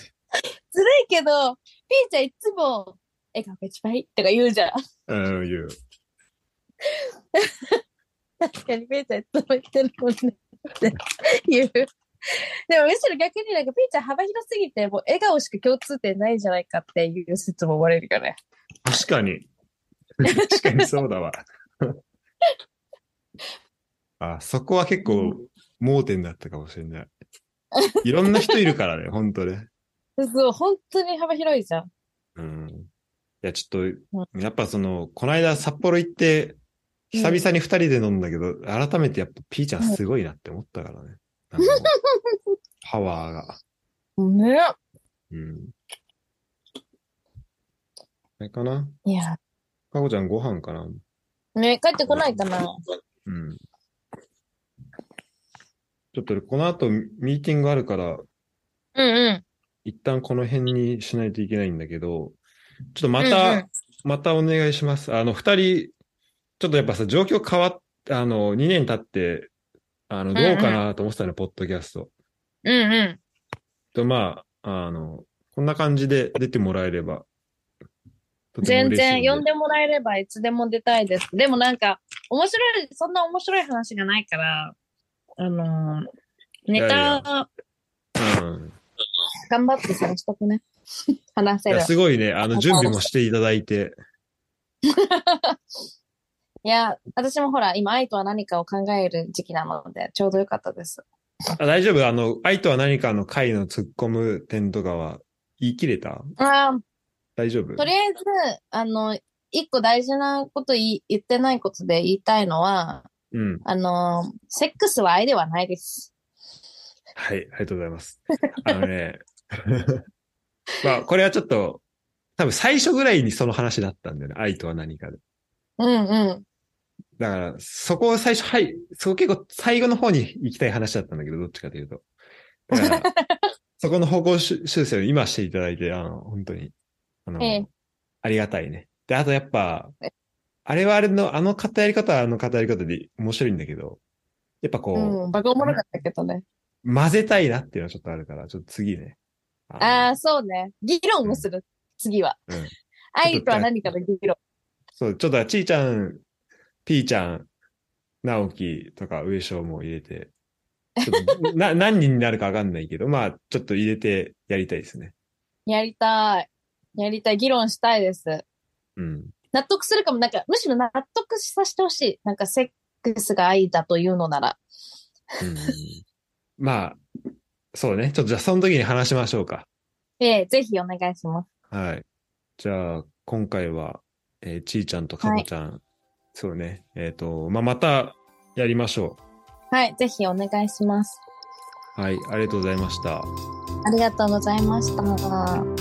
いけど、ピーちゃんいつも、笑顔が一番いいとか言うじゃん。うん、言う。確かに、ピーちゃんいつも言ってるもんね。って言う。でも、むしろ逆になんか、ピーちゃん幅広すぎて、もう笑顔しか共通点ないんじゃないかっていう説も生まれるよね。確かに。確かにそうだわ。 あ、そこは結構盲点だったかもしれない。いろんな人いるからね、本当ね。そう、本当に幅広いじゃん。うん。いや、ちょっと、やっぱその、この間札幌行って、久々に二人で飲んだけど、改めてやっぱピーちゃんすごいなって思ったから ね。なんかもうパワーが。ね。うん。れかないや、かこちゃんご飯かなね、帰ってこないかな。うん。ちょっとこの後ミーティングあるから、うんうん。一旦この辺にしないといけないんだけど、ちょっとまうんうたん、またお願いします。あの、二人、ちょっとやっぱさ、状況変わっ、あの、2年経って、あの、んうどんうかなと思ってたの、ポッドキャスト。うんうと、まあ、あの、こんな感じで出てもらえれば、とん。ても全嬉しいん然、で呼んでもらえればいつでも出たいです。でもなんか、面白い、そんな面白い話がないから、あのーネいやいタ、うん。頑張って探しとくね。話いせるや、。すごいね、あの、準備もしていただいて、いや、私もほら、今、愛とは何かを考える時期なので、ちょうどよかったです。あ大丈夫あの、愛とは何かの回の突っ込む点とかは、言い切れたああ、大丈夫とりあえず、あの、一個大事なこと言い言ってないことで言いたいのは、うん。あの、セックスは愛ではないです。はい、ありがとうございます。あのね、 まあ、これはちょっと、多分最初ぐらいにその話だったんだよね。愛とは何かで。うんうん。だから、そこを最初、はい、そこ結構最後の方に行きたい話だったんだけど、どっちかというと。だから、 そこの方向修修正を今していただいて、あの、本当に、あの、ええありがたいね。で、あとやっぱ、あれはあれの、あの語り方はあの語り方で面白いんだけど、やっぱこう、うん、バカおもろかったけどね。混ぜたいなっていうのはちょっとあるから、ちょっと次ね。あのあ、そうね。議論をする、次は。うん愛とは何かの議論。そう、ちょっと、ちーちゃん、ぴーちゃん、直樹とか上昇も入れて、ちょっとな何人になるかわかんないけど、まあ、ちょっと入れてやりたいですね。やりたい。やりたい。議論したいです。うん。納得するかも、なんか、むしろ納得させてほしい。なんか、セックスが愛だというのなら。うん、まあ、そうね。ちょっとじゃあ、その時に話しましょうか。ええぜひお願いします。はい。じゃあ、今回は、えーちーちゃんとかぼちゃん、そうね。えっ、と、まあ、またやりましょはい、ぜひお願いします。う。はい。ありがとうございました。ありがとうございました。